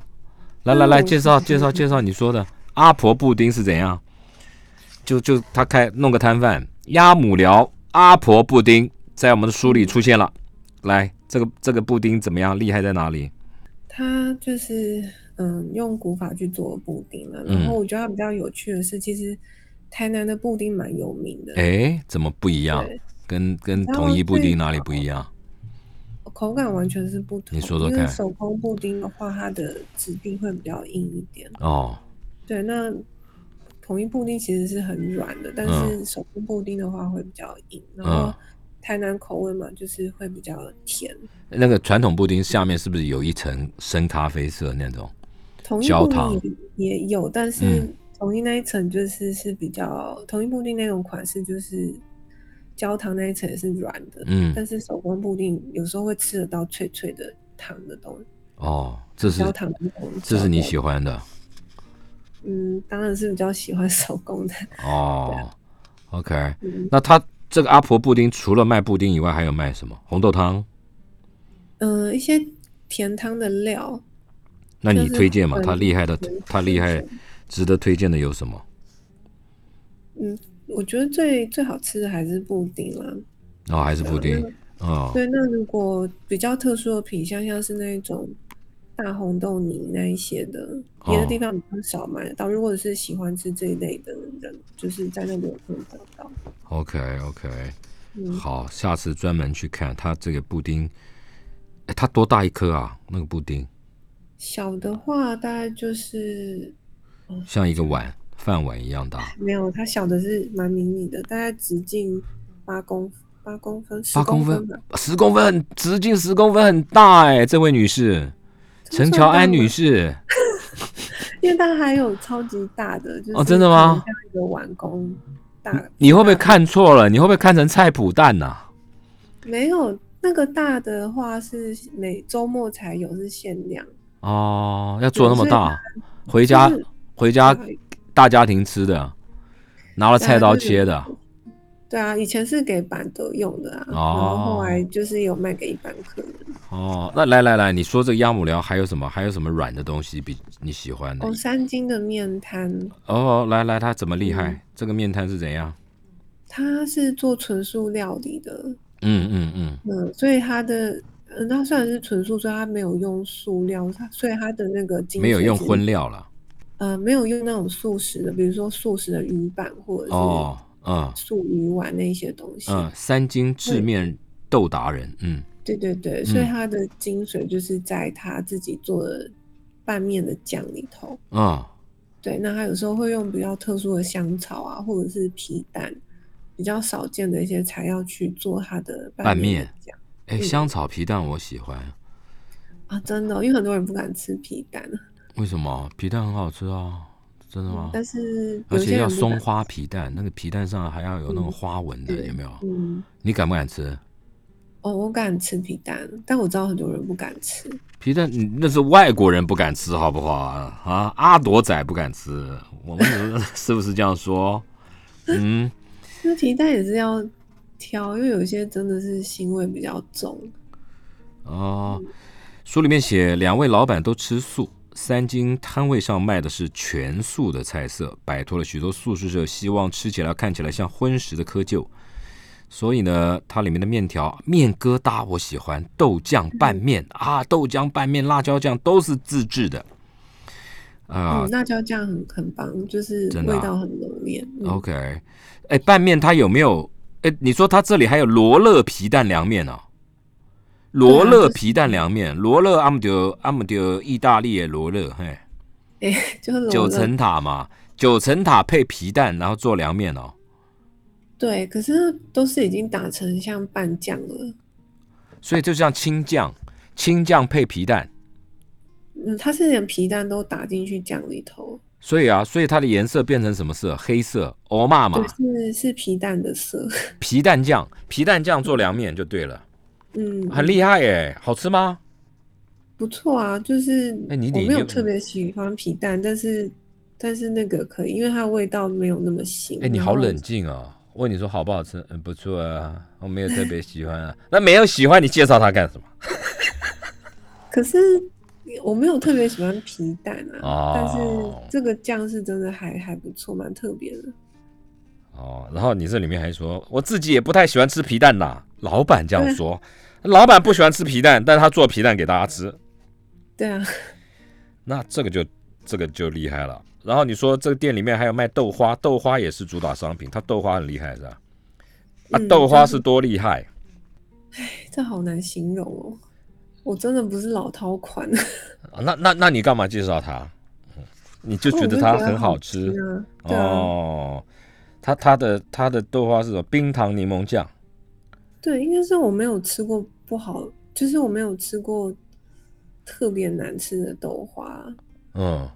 S2: 来来来，
S3: 嗯
S2: 介绍介绍介绍你说的阿婆布丁是怎样？就就他开弄个摊贩，鸭母寮阿婆布丁在我们的书里出现了。来，这个这个布丁怎么样？厉害在哪里？
S3: 他就是嗯用古法去做布丁了、啊。
S2: 嗯
S3: 然后我觉得它比较有趣的是，其实台南的布丁蛮有名的，
S2: 哎，怎么不一样？
S3: 对，
S2: 跟跟
S3: 然后
S2: 统一布
S3: 最
S2: 丁哪里不一样？
S3: 口感完全是不同。
S2: 你说说
S3: 因为
S2: 看
S3: 手工布丁的话，它的质地会比较硬一点。
S2: 哦，
S3: 对，那统一布丁其实是很软的，但是手工布丁的话会比较硬。然后
S2: 嗯
S3: 台南口味嘛，就是会比较甜。
S2: 那个传统布丁下面是不是有一层深咖啡色那种？
S3: 同一
S2: 焦
S3: 布
S2: 糖
S3: 丁也也有，但是
S2: 嗯
S3: 同一那一层就是是比较同一布丁那种款式，就是焦糖那一层也是软的，
S2: 嗯
S3: 但是手工布丁有时候会吃得到脆脆的糖的东西，
S2: 哦，这是
S3: 焦糖的东西。
S2: 这是你喜
S3: 欢？
S2: 欢的
S3: 嗯，当然是比较喜欢手工的。啊
S2: 哦。OK，
S3: 嗯
S2: 那他这个阿婆布丁除了卖布丁以外，还有卖什么？红豆汤？
S3: 嗯、一些甜汤的料，
S2: 那你
S3: 就是
S2: 推荐嘛？
S3: 很
S2: 他厉害的
S3: 很，
S2: 他厉害，值得推荐的有什么？
S3: 嗯，我觉得最最好吃的还是布丁啦。
S2: 哦然后还是布丁
S3: 嗯
S2: 啊、
S3: 对，那如果比较特殊的品相，像是那种大红豆泥那一些的，别的地
S2: 哦
S3: 方比较少买得到。如果是喜欢吃这一类的人，就是在那里有可能找到。
S2: o k OK，
S3: 嗯，
S2: 好，下次专门去看它这个布丁，哎，它多大一颗啊？那个布丁
S3: 小的话大概就是
S2: 像一个碗饭碗一样大，
S3: 没有，它小的是蛮迷你的，大概直径八公八公分、十
S2: 八公
S3: 分
S2: 分
S3: 吧。，
S2: 十公分，直径十公分，很大哎、这位女士，
S3: 这
S2: 陈
S3: 么
S2: 乔安
S3: 大吗
S2: 女士，
S3: 因为它还有超级大的，就是
S2: 哦真的吗
S3: 可能像一个碗工大，
S2: 你会不会看错了？你会不会看成菜脯蛋呐、
S3: 没有那个大的话是每周末才有，是限量。
S2: 哦，要做那么
S3: 对
S2: 大，回家
S3: 就是
S2: 回家
S3: 大概
S2: 大家庭吃的，拿了啊菜刀切的，
S3: 对啊，以前是给板德用的啊，然后
S2: 哦
S3: 后来就是有卖给一般客人。
S2: 哦，那来来来，你说这个鸭母寮还有什么？还有什么软的东西比你喜欢的
S3: 哦，？三金的面摊，
S2: 哦，来来，它怎么厉害？
S3: 嗯
S2: 这个面摊是怎样？
S3: 它是做纯素料理的，
S2: 嗯嗯嗯，
S3: 嗯，所以它的，嗯，它虽然是纯素，所以它没有用塑料，它所以它的那个精
S2: 没有
S3: 髓
S2: 用
S3: 是
S2: 荤，料了。
S3: 呃，没有用那种素食的，比如说素食的鱼板或者
S2: 哦
S3: 是，
S2: 嗯
S3: 素鱼丸那些东西。
S2: 嗯，三金制面豆达人，嗯，
S3: 对对对，所以
S2: 嗯
S3: 它的精髓就是在他自己做的拌面的酱里头。
S2: 嗯，
S3: 对，那他有时候会用比较特殊的香草啊，或者是皮蛋，比较少见的一些材料去做它的
S2: 拌
S3: 拌面
S2: 面
S3: 的酱
S2: 哎，香草皮蛋我喜欢，
S3: 啊，真的哦、因为很多人不敢吃皮蛋，嗯
S2: 为什么？皮蛋很好吃啊，真的吗？
S3: 但是
S2: 而
S3: 有些
S2: 且要
S3: 人不
S2: 松
S3: 敢
S2: 花皮蛋，那个皮蛋上还要有那种
S3: 嗯
S2: 花纹的，
S3: 对
S2: 有没有？
S3: 嗯，
S2: 你敢不敢吃？
S3: 哦，我敢吃皮蛋，但我知道很多人不敢吃。
S2: 皮蛋你那是外国人不敢吃，好不好啊？啊，阿朵仔不敢吃，我们是 不是这样说？嗯，
S3: 那皮蛋也是要挑，因为有些真的是腥味比较重。
S2: 哦，书里面写两位老板都吃素，三金摊位上卖的是全素的菜色，摆脱了许多素食者希望吃起来看起来像荤食的窠臼。所以呢，它里面的面条、面疙瘩我喜欢，豆酱拌面、啊，豆浆拌面、辣椒酱都是自制的。啊、
S3: 嗯，辣椒酱很很棒，就是
S2: 真
S3: 味
S2: 的啊
S3: 道很浓烈。嗯
S2: OK，哎，拌面它有没有？哎，你说它这里还有罗勒皮蛋凉面哦，罗
S3: 对啊就
S2: 勒
S3: 是
S2: 皮蛋凉面，罗勒阿姆丢阿姆丢意大利的罗勒，嘿，
S3: 哎、 就是罗
S2: 九
S3: 勒
S2: 层塔嘛，九层塔配皮蛋，然后做凉面哦。
S3: 对，可是都是已经打成像拌酱了。
S2: 所以就像青酱，青酱配皮蛋，
S3: 嗯，它是连皮蛋都打进去酱里头，
S2: 所以啊，所以它的颜色变成什么色？黑色，哦嘛嘛，
S3: 对，是是皮蛋的色。
S2: 皮蛋酱，皮蛋酱做凉面就对了，
S3: 嗯，
S2: 很厉害耶，好吃吗？
S3: 不错啊，就是
S2: 哎你
S3: 我
S2: 你
S3: 没有
S2: 就
S3: 特别喜欢皮蛋，但是但是那个可以，因为它味道没有那么腥。
S2: 哎、你
S3: 然
S2: 好
S3: 后
S2: 冷静哦。问你说好不好吃？嗯，不错啊，我没有特别喜欢啊。 那没有喜欢，你介绍它干什么？
S3: 可是我没有特别喜欢皮蛋啊，但
S2: 哦
S3: 是这个酱是真的还还不错，蛮特别的。
S2: 哦，然后你这里面还说，我自己也不太喜欢吃皮蛋呐。老板这样说，老板不喜欢吃皮蛋，但是他做皮蛋给大家吃，
S3: 对啊，
S2: 那这个就这个就厉害了。然后你说这个店里面还有卖豆花，豆花也是主打商品，它豆花很厉害是吧？啊，
S3: 嗯
S2: 豆花
S3: 真
S2: 是多厉害？
S3: 这好难形容哦，我真的不是老饕款。
S2: 啊那那那你干嘛介绍它？嗯你就觉
S3: 我
S2: 得
S3: 就
S2: 它
S3: 觉得
S2: 很
S3: 好
S2: 好吃
S3: 吃啊，对啊，
S2: 哦，它它的它的豆花是什么？冰糖柠檬酱。
S3: 对，应该是我没有吃过不好，就是我没有吃过特别难吃的豆花，
S2: 嗯，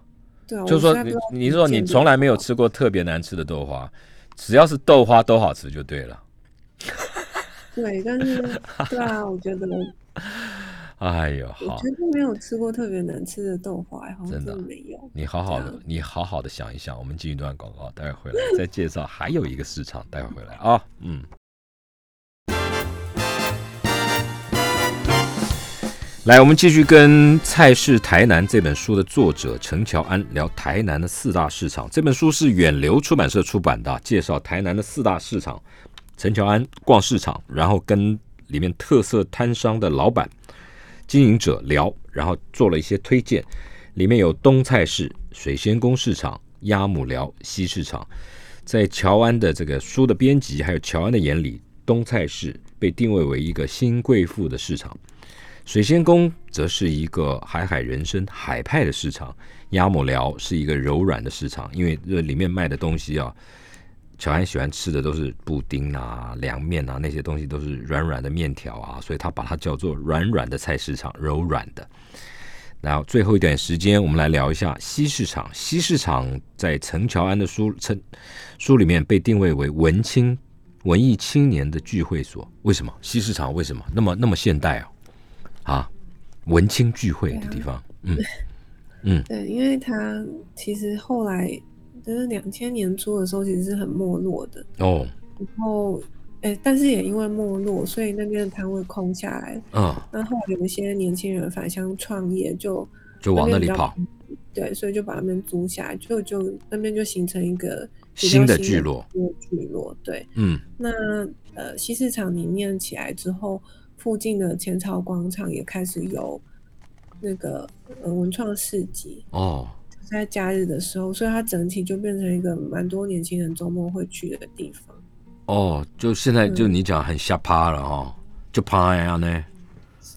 S3: 对啊，
S2: 就是
S3: 我
S2: 说
S3: 实在不
S2: 你
S3: 知道
S2: 你说你
S3: 怎么鉴别
S2: 从来没有吃过特别难吃的豆花，只要是豆花都好吃就对了。
S3: 对，但是 对啊，我觉得我
S2: 哎呦，好
S3: 觉，得没有吃过特别难吃的豆花，好像
S2: 真的
S3: 真的没有。
S2: 你好好的
S3: 对啊，
S2: 你好好的想一想，我们进一段广告，待会儿回来再介绍还有一个市场，待会儿回来啊，嗯。来，我们继续跟《菜市台南》这本书的作者陈乔安聊台南的四大市场。这本书是远流出版社出版的，介绍台南的四大市场。陈乔安逛市场，然后跟里面特色摊商的老板、经营者聊，然后做了一些推荐，里面有东菜市、水仙宫市场、鸭母寮西市场。在乔安的这个书的编辑还有乔安的眼里，东菜市被定位为一个新贵妇的市场，水仙宫则是一个海海人参海派的市场，鸭母寮是一个柔软的市场，因为这里面卖的东西啊，乔安喜欢吃的都是布丁啊、凉面啊那些东西都是软软的面条啊，所以他把它叫做软软的菜市场，柔软的。然后最后一点时间，我们来聊一下西市场。西市场在陈乔安的书陈书里面被定位为文青、文艺青年的聚会所。为什么西市场为什么那么那么现代啊？啊，文青聚会的地方，嗯，
S3: 对，因为它其实后来就是两千年初的时候，其实是很没落的。
S2: 哦，
S3: 然后，哎、但是也因为没落，所以那边的摊位空下来。
S2: 啊，
S3: 那后来有一些年轻人返乡创业就，
S2: 就往那里
S3: 边比较
S2: 跑，
S3: 对，所以就把那边租下来，就就那边就形成一个比较
S2: 新的
S3: 新
S2: 聚落，
S3: 聚落对。
S2: 嗯，
S3: 那呃，西市场里面起来之后，附近的前朝广场也开始有那个呃文创市集，
S2: 哦，
S3: 在假日的时候，所以它整体就变成一个蛮多年轻人周末会去的地方。
S2: 哦，就现在就你讲很下趴了哦，就趴呀呢，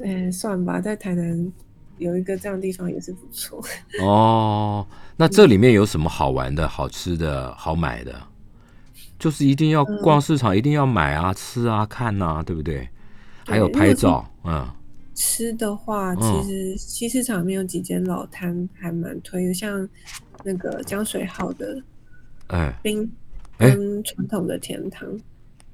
S3: 嗯，算吧，在台南有一个这样的地方也是不错。
S2: 哦，那这里面有什么好玩的、好吃的、好买的？就是一定要逛市场，一定要买啊、吃啊、看啊，对不对？还有
S3: 对因为
S2: 拍照，嗯，
S3: 吃的话，
S2: 嗯
S3: 其实西市场里面有几间老摊还蛮推的，像那个江水号的
S2: 哎，
S3: 冰
S2: 哎
S3: 跟传统的甜汤。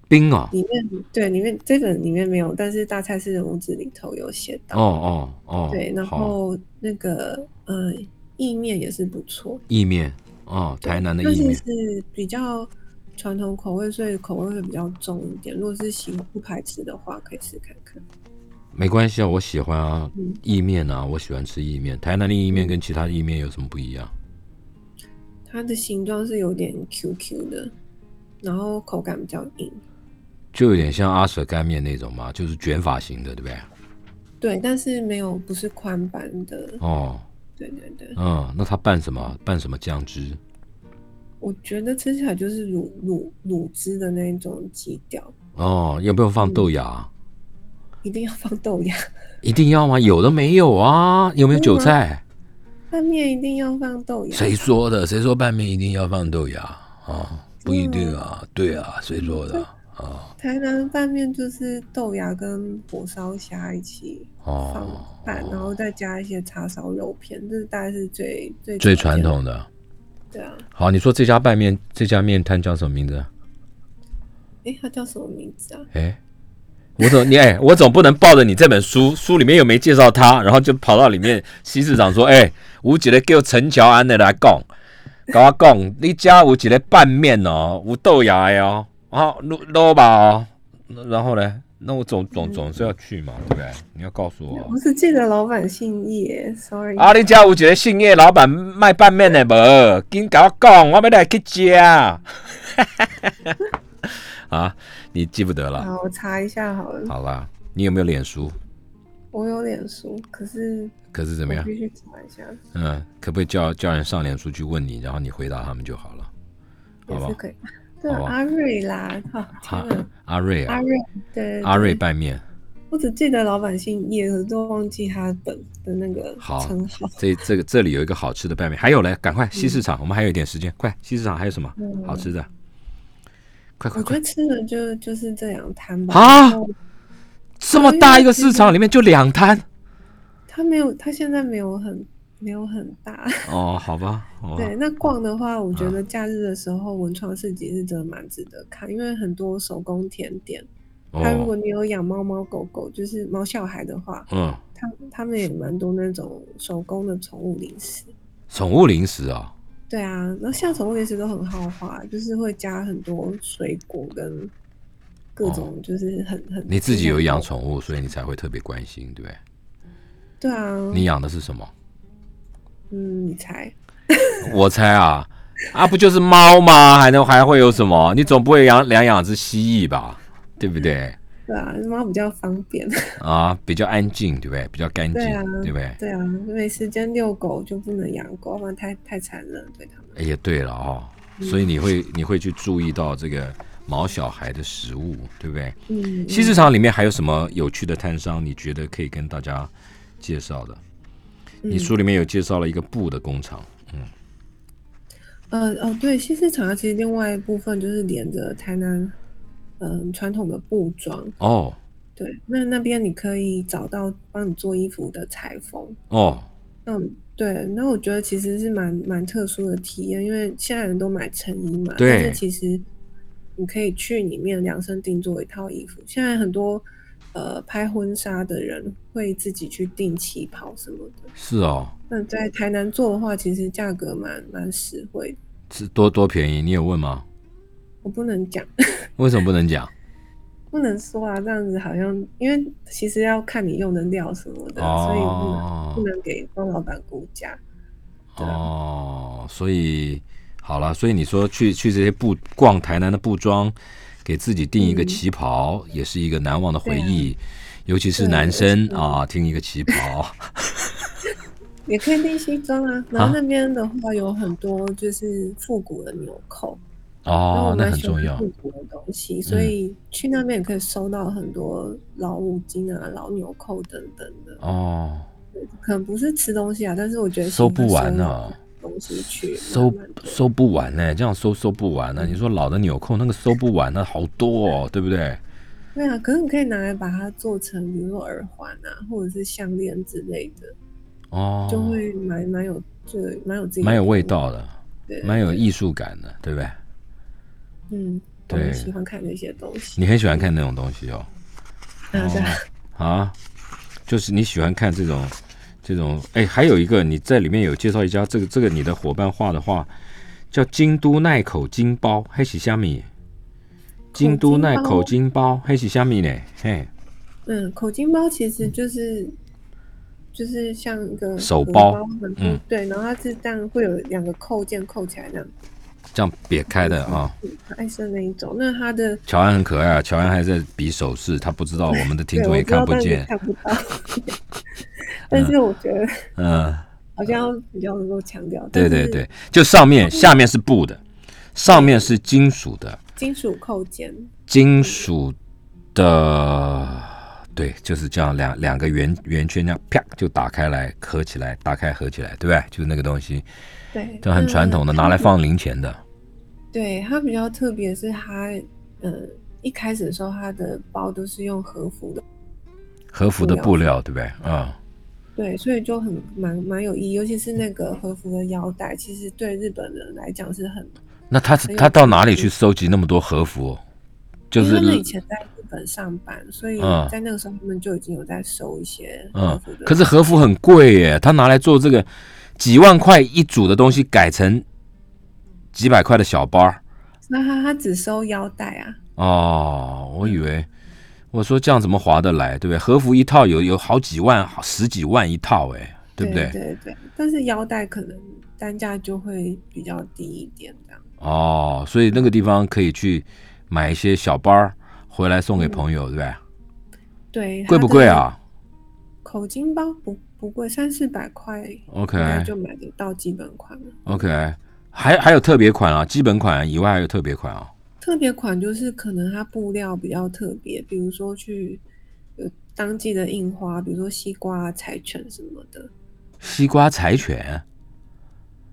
S2: 冰哦，
S3: 里面对啊里面这本里面没有，但是大菜市人物志里头有写
S2: 哦
S3: 到。
S2: 哦哦，
S3: 对，然
S2: 好
S3: 后那个呃意面也是不错，
S2: 意面哦，台南的
S3: 但
S2: 意
S3: 是
S2: 面
S3: 是比较传统口味，所以口味会比较重一点。如果是喜欢不排斥的话，可以试看看。
S2: 没关系啊，我喜欢啊
S3: 嗯，
S2: 意面啊，我喜欢吃意面。台南的意面跟其他的意面有什么不一样？
S3: 它的形状是有点 QQ 的，然后口感比较硬。
S2: 就有点像阿舍干面那种嘛，就是卷发型的，对不对？
S3: 对，但是没有不是宽版的。
S2: 哦，
S3: 对对对，
S2: 嗯，那它拌什么？拌什么酱汁？
S3: 我觉得吃起来就是卤卤卤汁的那一种基调，
S2: 哦，要不要放豆芽？
S3: 一定要放豆芽。
S2: 一定要吗？有的没有啊？有没有
S3: 真的
S2: 韭
S3: 吗
S2: 菜？
S3: 拌面一定要放豆芽。
S2: 谁说的？谁说拌面一定要放豆芽啊？不一定啊，对啊，谁说的啊？
S3: 台南拌面就是豆芽跟火烧虾一起放
S2: 哦，
S3: 拌，然后再加一些叉烧肉片，这是大概是最最
S2: 最
S3: 常
S2: 传
S3: 见的。
S2: 统的。
S3: 对啊，
S2: 好，你说这家拌面，这家面摊叫什么名字？
S3: 诶，它叫什么名字啊？
S2: 哎，我总你哎，我总不能抱着你这本书，书里面又没介绍他，然后就跑到里面西市长说，哎，有一个叫陈乔安的来讲，跟我讲，你家有一个拌面哦，有豆芽的哦，啊，卤卤吧哦，然后呢，那我总总总是要去嘛，对不对？你要告诉我。
S3: 我只记得老板姓叶，sorry。
S2: 啊！你家有一个姓叶老板卖拌面的无？紧甲我讲，我要来去吃。 啊，你记不得了？
S3: 好，我查一下好了。
S2: 好啦，你有没有脸书？
S3: 我有脸书，可是
S2: 可是怎么
S3: 我
S2: 样？
S3: 必须查一下，
S2: 嗯，可不可以叫叫人上脸书去问你，然后你回答他们就好了，好
S3: 也
S2: 不好
S3: 是？可以。对，啊
S2: 好吧
S3: 阿瑞啦，哈，
S2: 阿
S3: 天哪，
S2: 阿瑞啊
S3: 阿，瑞，对，对
S2: 阿瑞
S3: 对
S2: 拌面，
S3: 我只记得老板姓叶，可是都忘记他本的那个
S2: 好
S3: 称号。
S2: 这这个这里有一个好吃的拌面，还有嘞，赶快西市场，我们还有一点时间，快西市场还有什么
S3: 嗯
S2: 好吃的？快快
S3: 我觉
S2: 快
S3: 得！吃的就就是这两摊吧。
S2: 啊
S3: 然后
S2: 这么大一个市场里面就两摊
S3: 它没有，它现在没有很没有很大。
S2: 哦，好吧，好吧
S3: 对，那逛的话，我觉
S2: 啊
S3: 得假日的时候文创市集是真的蛮值得看，因为很多手工甜点。它如果
S2: 哦，
S3: 你有养猫猫狗狗，就是毛小孩的话，
S2: 嗯，
S3: 它它们也蛮多那种手工的宠物零食。
S2: 宠物零食啊，
S3: 对啊，然后像宠物零食都很豪华，就是会加很多水果跟各种，就是很、很。
S2: 哦你自己有养？宠物，所以你才会特别关心，对不对？
S3: 对啊，
S2: 你养的是什么？
S3: 嗯，你猜？
S2: 我猜啊，啊不就是猫吗？还能还会有什么？你总不会养两养只蜥蜴吧？对不对？
S3: 对啊，猫比较方便。
S2: 啊，比较安静，对不对？比较干净，
S3: 对啊
S2: 对不对？
S3: 对啊，没时间遛狗就不能养狗，不然太太残忍对他们。
S2: 哎也对了哦，所以你会你会去注意到这个毛小孩的食物，对不对？
S3: 嗯，
S2: 西市场里面还有什么有趣的摊商？你觉得可以跟大家介绍的？
S3: 嗯
S2: 你书里面有介绍了一个布的工厂，
S3: 呃哦，对，西市场它其实另外一部分就是连着台南，嗯、传统的布庄。
S2: 哦
S3: 对，那那边你可以找到帮你做衣服的裁缝。
S2: 哦，
S3: 嗯，对，那我觉得其实是蛮蛮特殊的体验，因为现在人都买成衣嘛，但
S2: 对
S3: 是其实你可以去里面量身定做一套衣服。现在很多呃拍婚纱的人会自己去订旗袍什么的。
S2: 是哦，
S3: 那在台南做的话，其实价格蛮蛮实惠的。
S2: 是多多便宜？你有问吗？
S3: 我不能讲，
S2: 为什么不能讲？
S3: 不能说啊，这样子好像因为其实要看你用的料什么的，啊所以不能
S2: 哦
S3: 不能给帮老板估价。对啊
S2: 哦，所以好了，所以你说去去这些布逛台南的布庄，给自己订一个
S3: 嗯
S2: 旗袍，也是一个难忘的回
S3: 对啊
S2: 忆，尤其是
S3: 对
S2: 男
S3: 我
S2: 生
S3: 是
S2: 啊，订一个旗 袍
S3: 也可以订西装啊，然
S2: 啊
S3: 后那边的话有很多就是复古的纽扣，然后
S2: 哦
S3: 我，
S2: 那
S3: 蛮
S2: 很
S3: 喜
S2: 重
S3: 欢
S2: 要嗯
S3: 复古的东西，所以去那边也可以收到很多老五金啊、老纽扣等等的。
S2: 哦，
S3: 可能不是吃东西啊，但是我觉得
S2: 收不完
S3: 呢、
S2: 啊。
S3: 东西去
S2: 收
S3: 慢慢地
S2: 收不完呢、这样收收不完啊
S3: 嗯
S2: 呢、你说老的纽扣那个收不完呢、好多哦，对不对？
S3: 对啊，可是你可以拿来把它做成，比如说耳环啊，或者是项链之类的，
S2: 哦，
S3: 就会蛮蛮有，就蛮有自己的
S2: 蛮有味
S3: 风格
S2: 道的，
S3: 对啊
S2: 蛮有艺术感的，对不对？
S3: 嗯，我
S2: 对
S3: 很喜欢看那些东西。
S2: 你很喜欢看那种东西哦。
S3: 啊，对啊。
S2: 啊，就是你喜欢看这种这种，哎，还有一个你在里面有介绍一家，这个这个你的伙伴画的画叫京都奈口金包黑喜虾米，京都奈口金包黑喜虾米呢，嘿，
S3: 嗯，口金包其实就是、就是像一个
S2: 手
S3: 荷
S2: 包
S3: 很多
S2: 嗯
S3: 对，然后它是这样会有两个扣件扣起来这样，
S2: 这样别开的啊。
S3: 嗯爱生那一种。那它的
S2: 乔安很可爱啊，乔安还在比手势，他不知道我们的听众也看不见
S3: 对，我知道但是看不到。 但是我觉得
S2: 嗯，
S3: 好像比较能够强调，
S2: 对
S3: 但
S2: 对
S3: 是
S2: 对，就上面下面是布的，上面是金属的，
S3: 金属扣件，
S2: 金属的，对，就是这样两两个圆圆圈这样啪就打开来合起来，打开合起来，对不对？就是那个东西，
S3: 对，
S2: 这很传统的，
S3: 那
S2: 拿来放零钱的。
S3: 对它比较特别是它，呃，一开始的时候它的包都是用和服的，
S2: 和服的布料，对不对？啊、
S3: 对，所以就很蛮蛮有意义，尤其是那
S2: 嗯
S3: 个和服的腰带，其实对日本人来讲是很，
S2: 那他是
S3: 很有
S2: 他到哪里去收集那么多和服？就
S3: 因
S2: 是
S3: 为他们以前在日本上班，所以
S2: 嗯
S3: 在那个时候他们就已经有在收一些和
S2: 嗯
S3: 服的。，
S2: 可是和服很贵耶，他拿来做这个几万块一组的东西，改成几百块的小包儿。
S3: 那他他只收腰带啊，
S2: 哦，我以为我说这样怎么划得来，对不对？和服一套有有好几万、好十几万一套，哎，对不
S3: 对
S2: 对？
S3: 对对，但是腰带可能单价就会比较低一点这样。
S2: 哦，所以那个地方可以去买一些小包儿回来送给朋友，对不对？
S3: 嗯对，
S2: 贵
S3: 它
S2: 不
S3: 的
S2: 贵啊？
S3: 口金包不不贵，三四百块应
S2: OK
S3: 该就买得到基本款了。
S2: ？OK，还还有特别款啊，基本款以外还有特别款啊。
S3: 特别款就是可能它布料比较特别，比如说去有当季的印花，比如说西瓜、柴犬什么的。
S2: 西瓜柴犬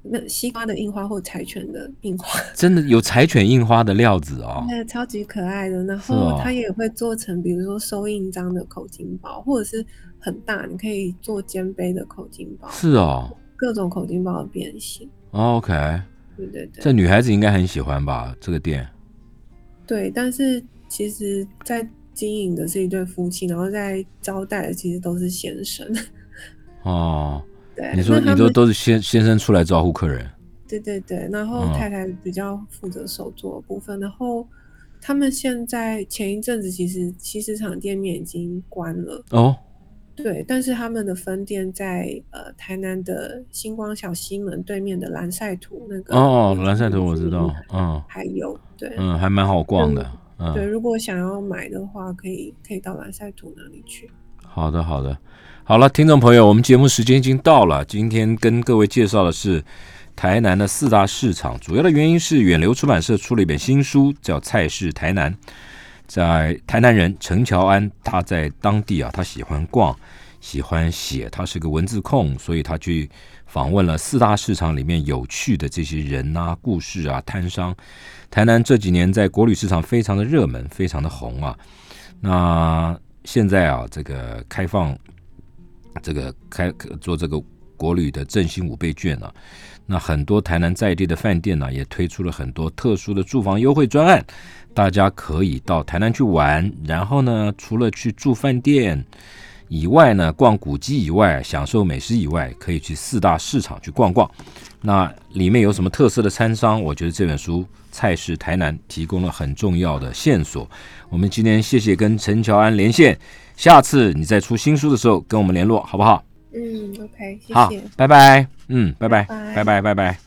S3: 那西瓜的印花或柴犬的印 花，
S2: 真的有柴犬印花的料子哦，
S3: 那超级可爱的。然
S2: 是哦
S3: 后它也会做成，比如说收印章的口金包，或者是很大，你可以做肩背的口金包，
S2: 是哦。
S3: 各种口金包的变形。
S2: OK，
S3: 对对
S2: 这
S3: 对，
S2: 女孩子应该很喜欢吧？这个店
S3: 对。但是其实，在经营的是一对夫妻，然后在招待的其实都是先生。
S2: 哦，
S3: 对，
S2: 你说
S3: 那他
S2: 你都
S3: 们
S2: 都是先先生出来招呼客人，
S3: 对对对，然后
S2: 嗯
S3: 太太比较负责手作的部分，然后他们现在前一阵子其实西市场店面已经关了，
S2: 哦
S3: 对，但是他们的分店在呃台南的星光小西门对面的蓝晒图那个
S2: 哦哦，蓝晒图我知道，嗯
S3: 还有对，
S2: 嗯，还蛮好逛的，
S3: 对，
S2: 嗯，
S3: 如果想要买的话，可以可以到兰塞图那里去。
S2: 好的，好的，好了，听众朋友，我们节目时间已经到了，今天跟各位介绍的是台南的四大市场，主要的原因是远流出版社出了一本新书，叫《菜市台南》。在台南人陈乔安，他在当地啊，他喜欢逛，喜欢写，他是个文字控，所以他去访问了四大市场里面有趣的这些人啊、故事啊、摊商。台南这几年在国旅市场非常的热门，非常的红啊。那现在啊，这个开放这个开做这个国旅的振兴五倍券啊，那很多台南在地的饭店呢、也推出了很多特殊的住房优惠专案，大家可以到台南去玩。然后呢，除了去住饭店以外呢，逛古迹以外，享受美食以外，可以去四大市场去逛逛。那里面有什么特色的餐商？我觉得这本书《菜市台南》提供了很重要的线索。我们今天谢谢跟陈乔安连线，下次你再出新书的时候跟我们联络，好不好？
S3: 嗯，OK，谢
S2: 好
S3: 谢。，
S2: 拜拜。嗯，拜拜，
S3: 拜
S2: 拜拜，拜拜。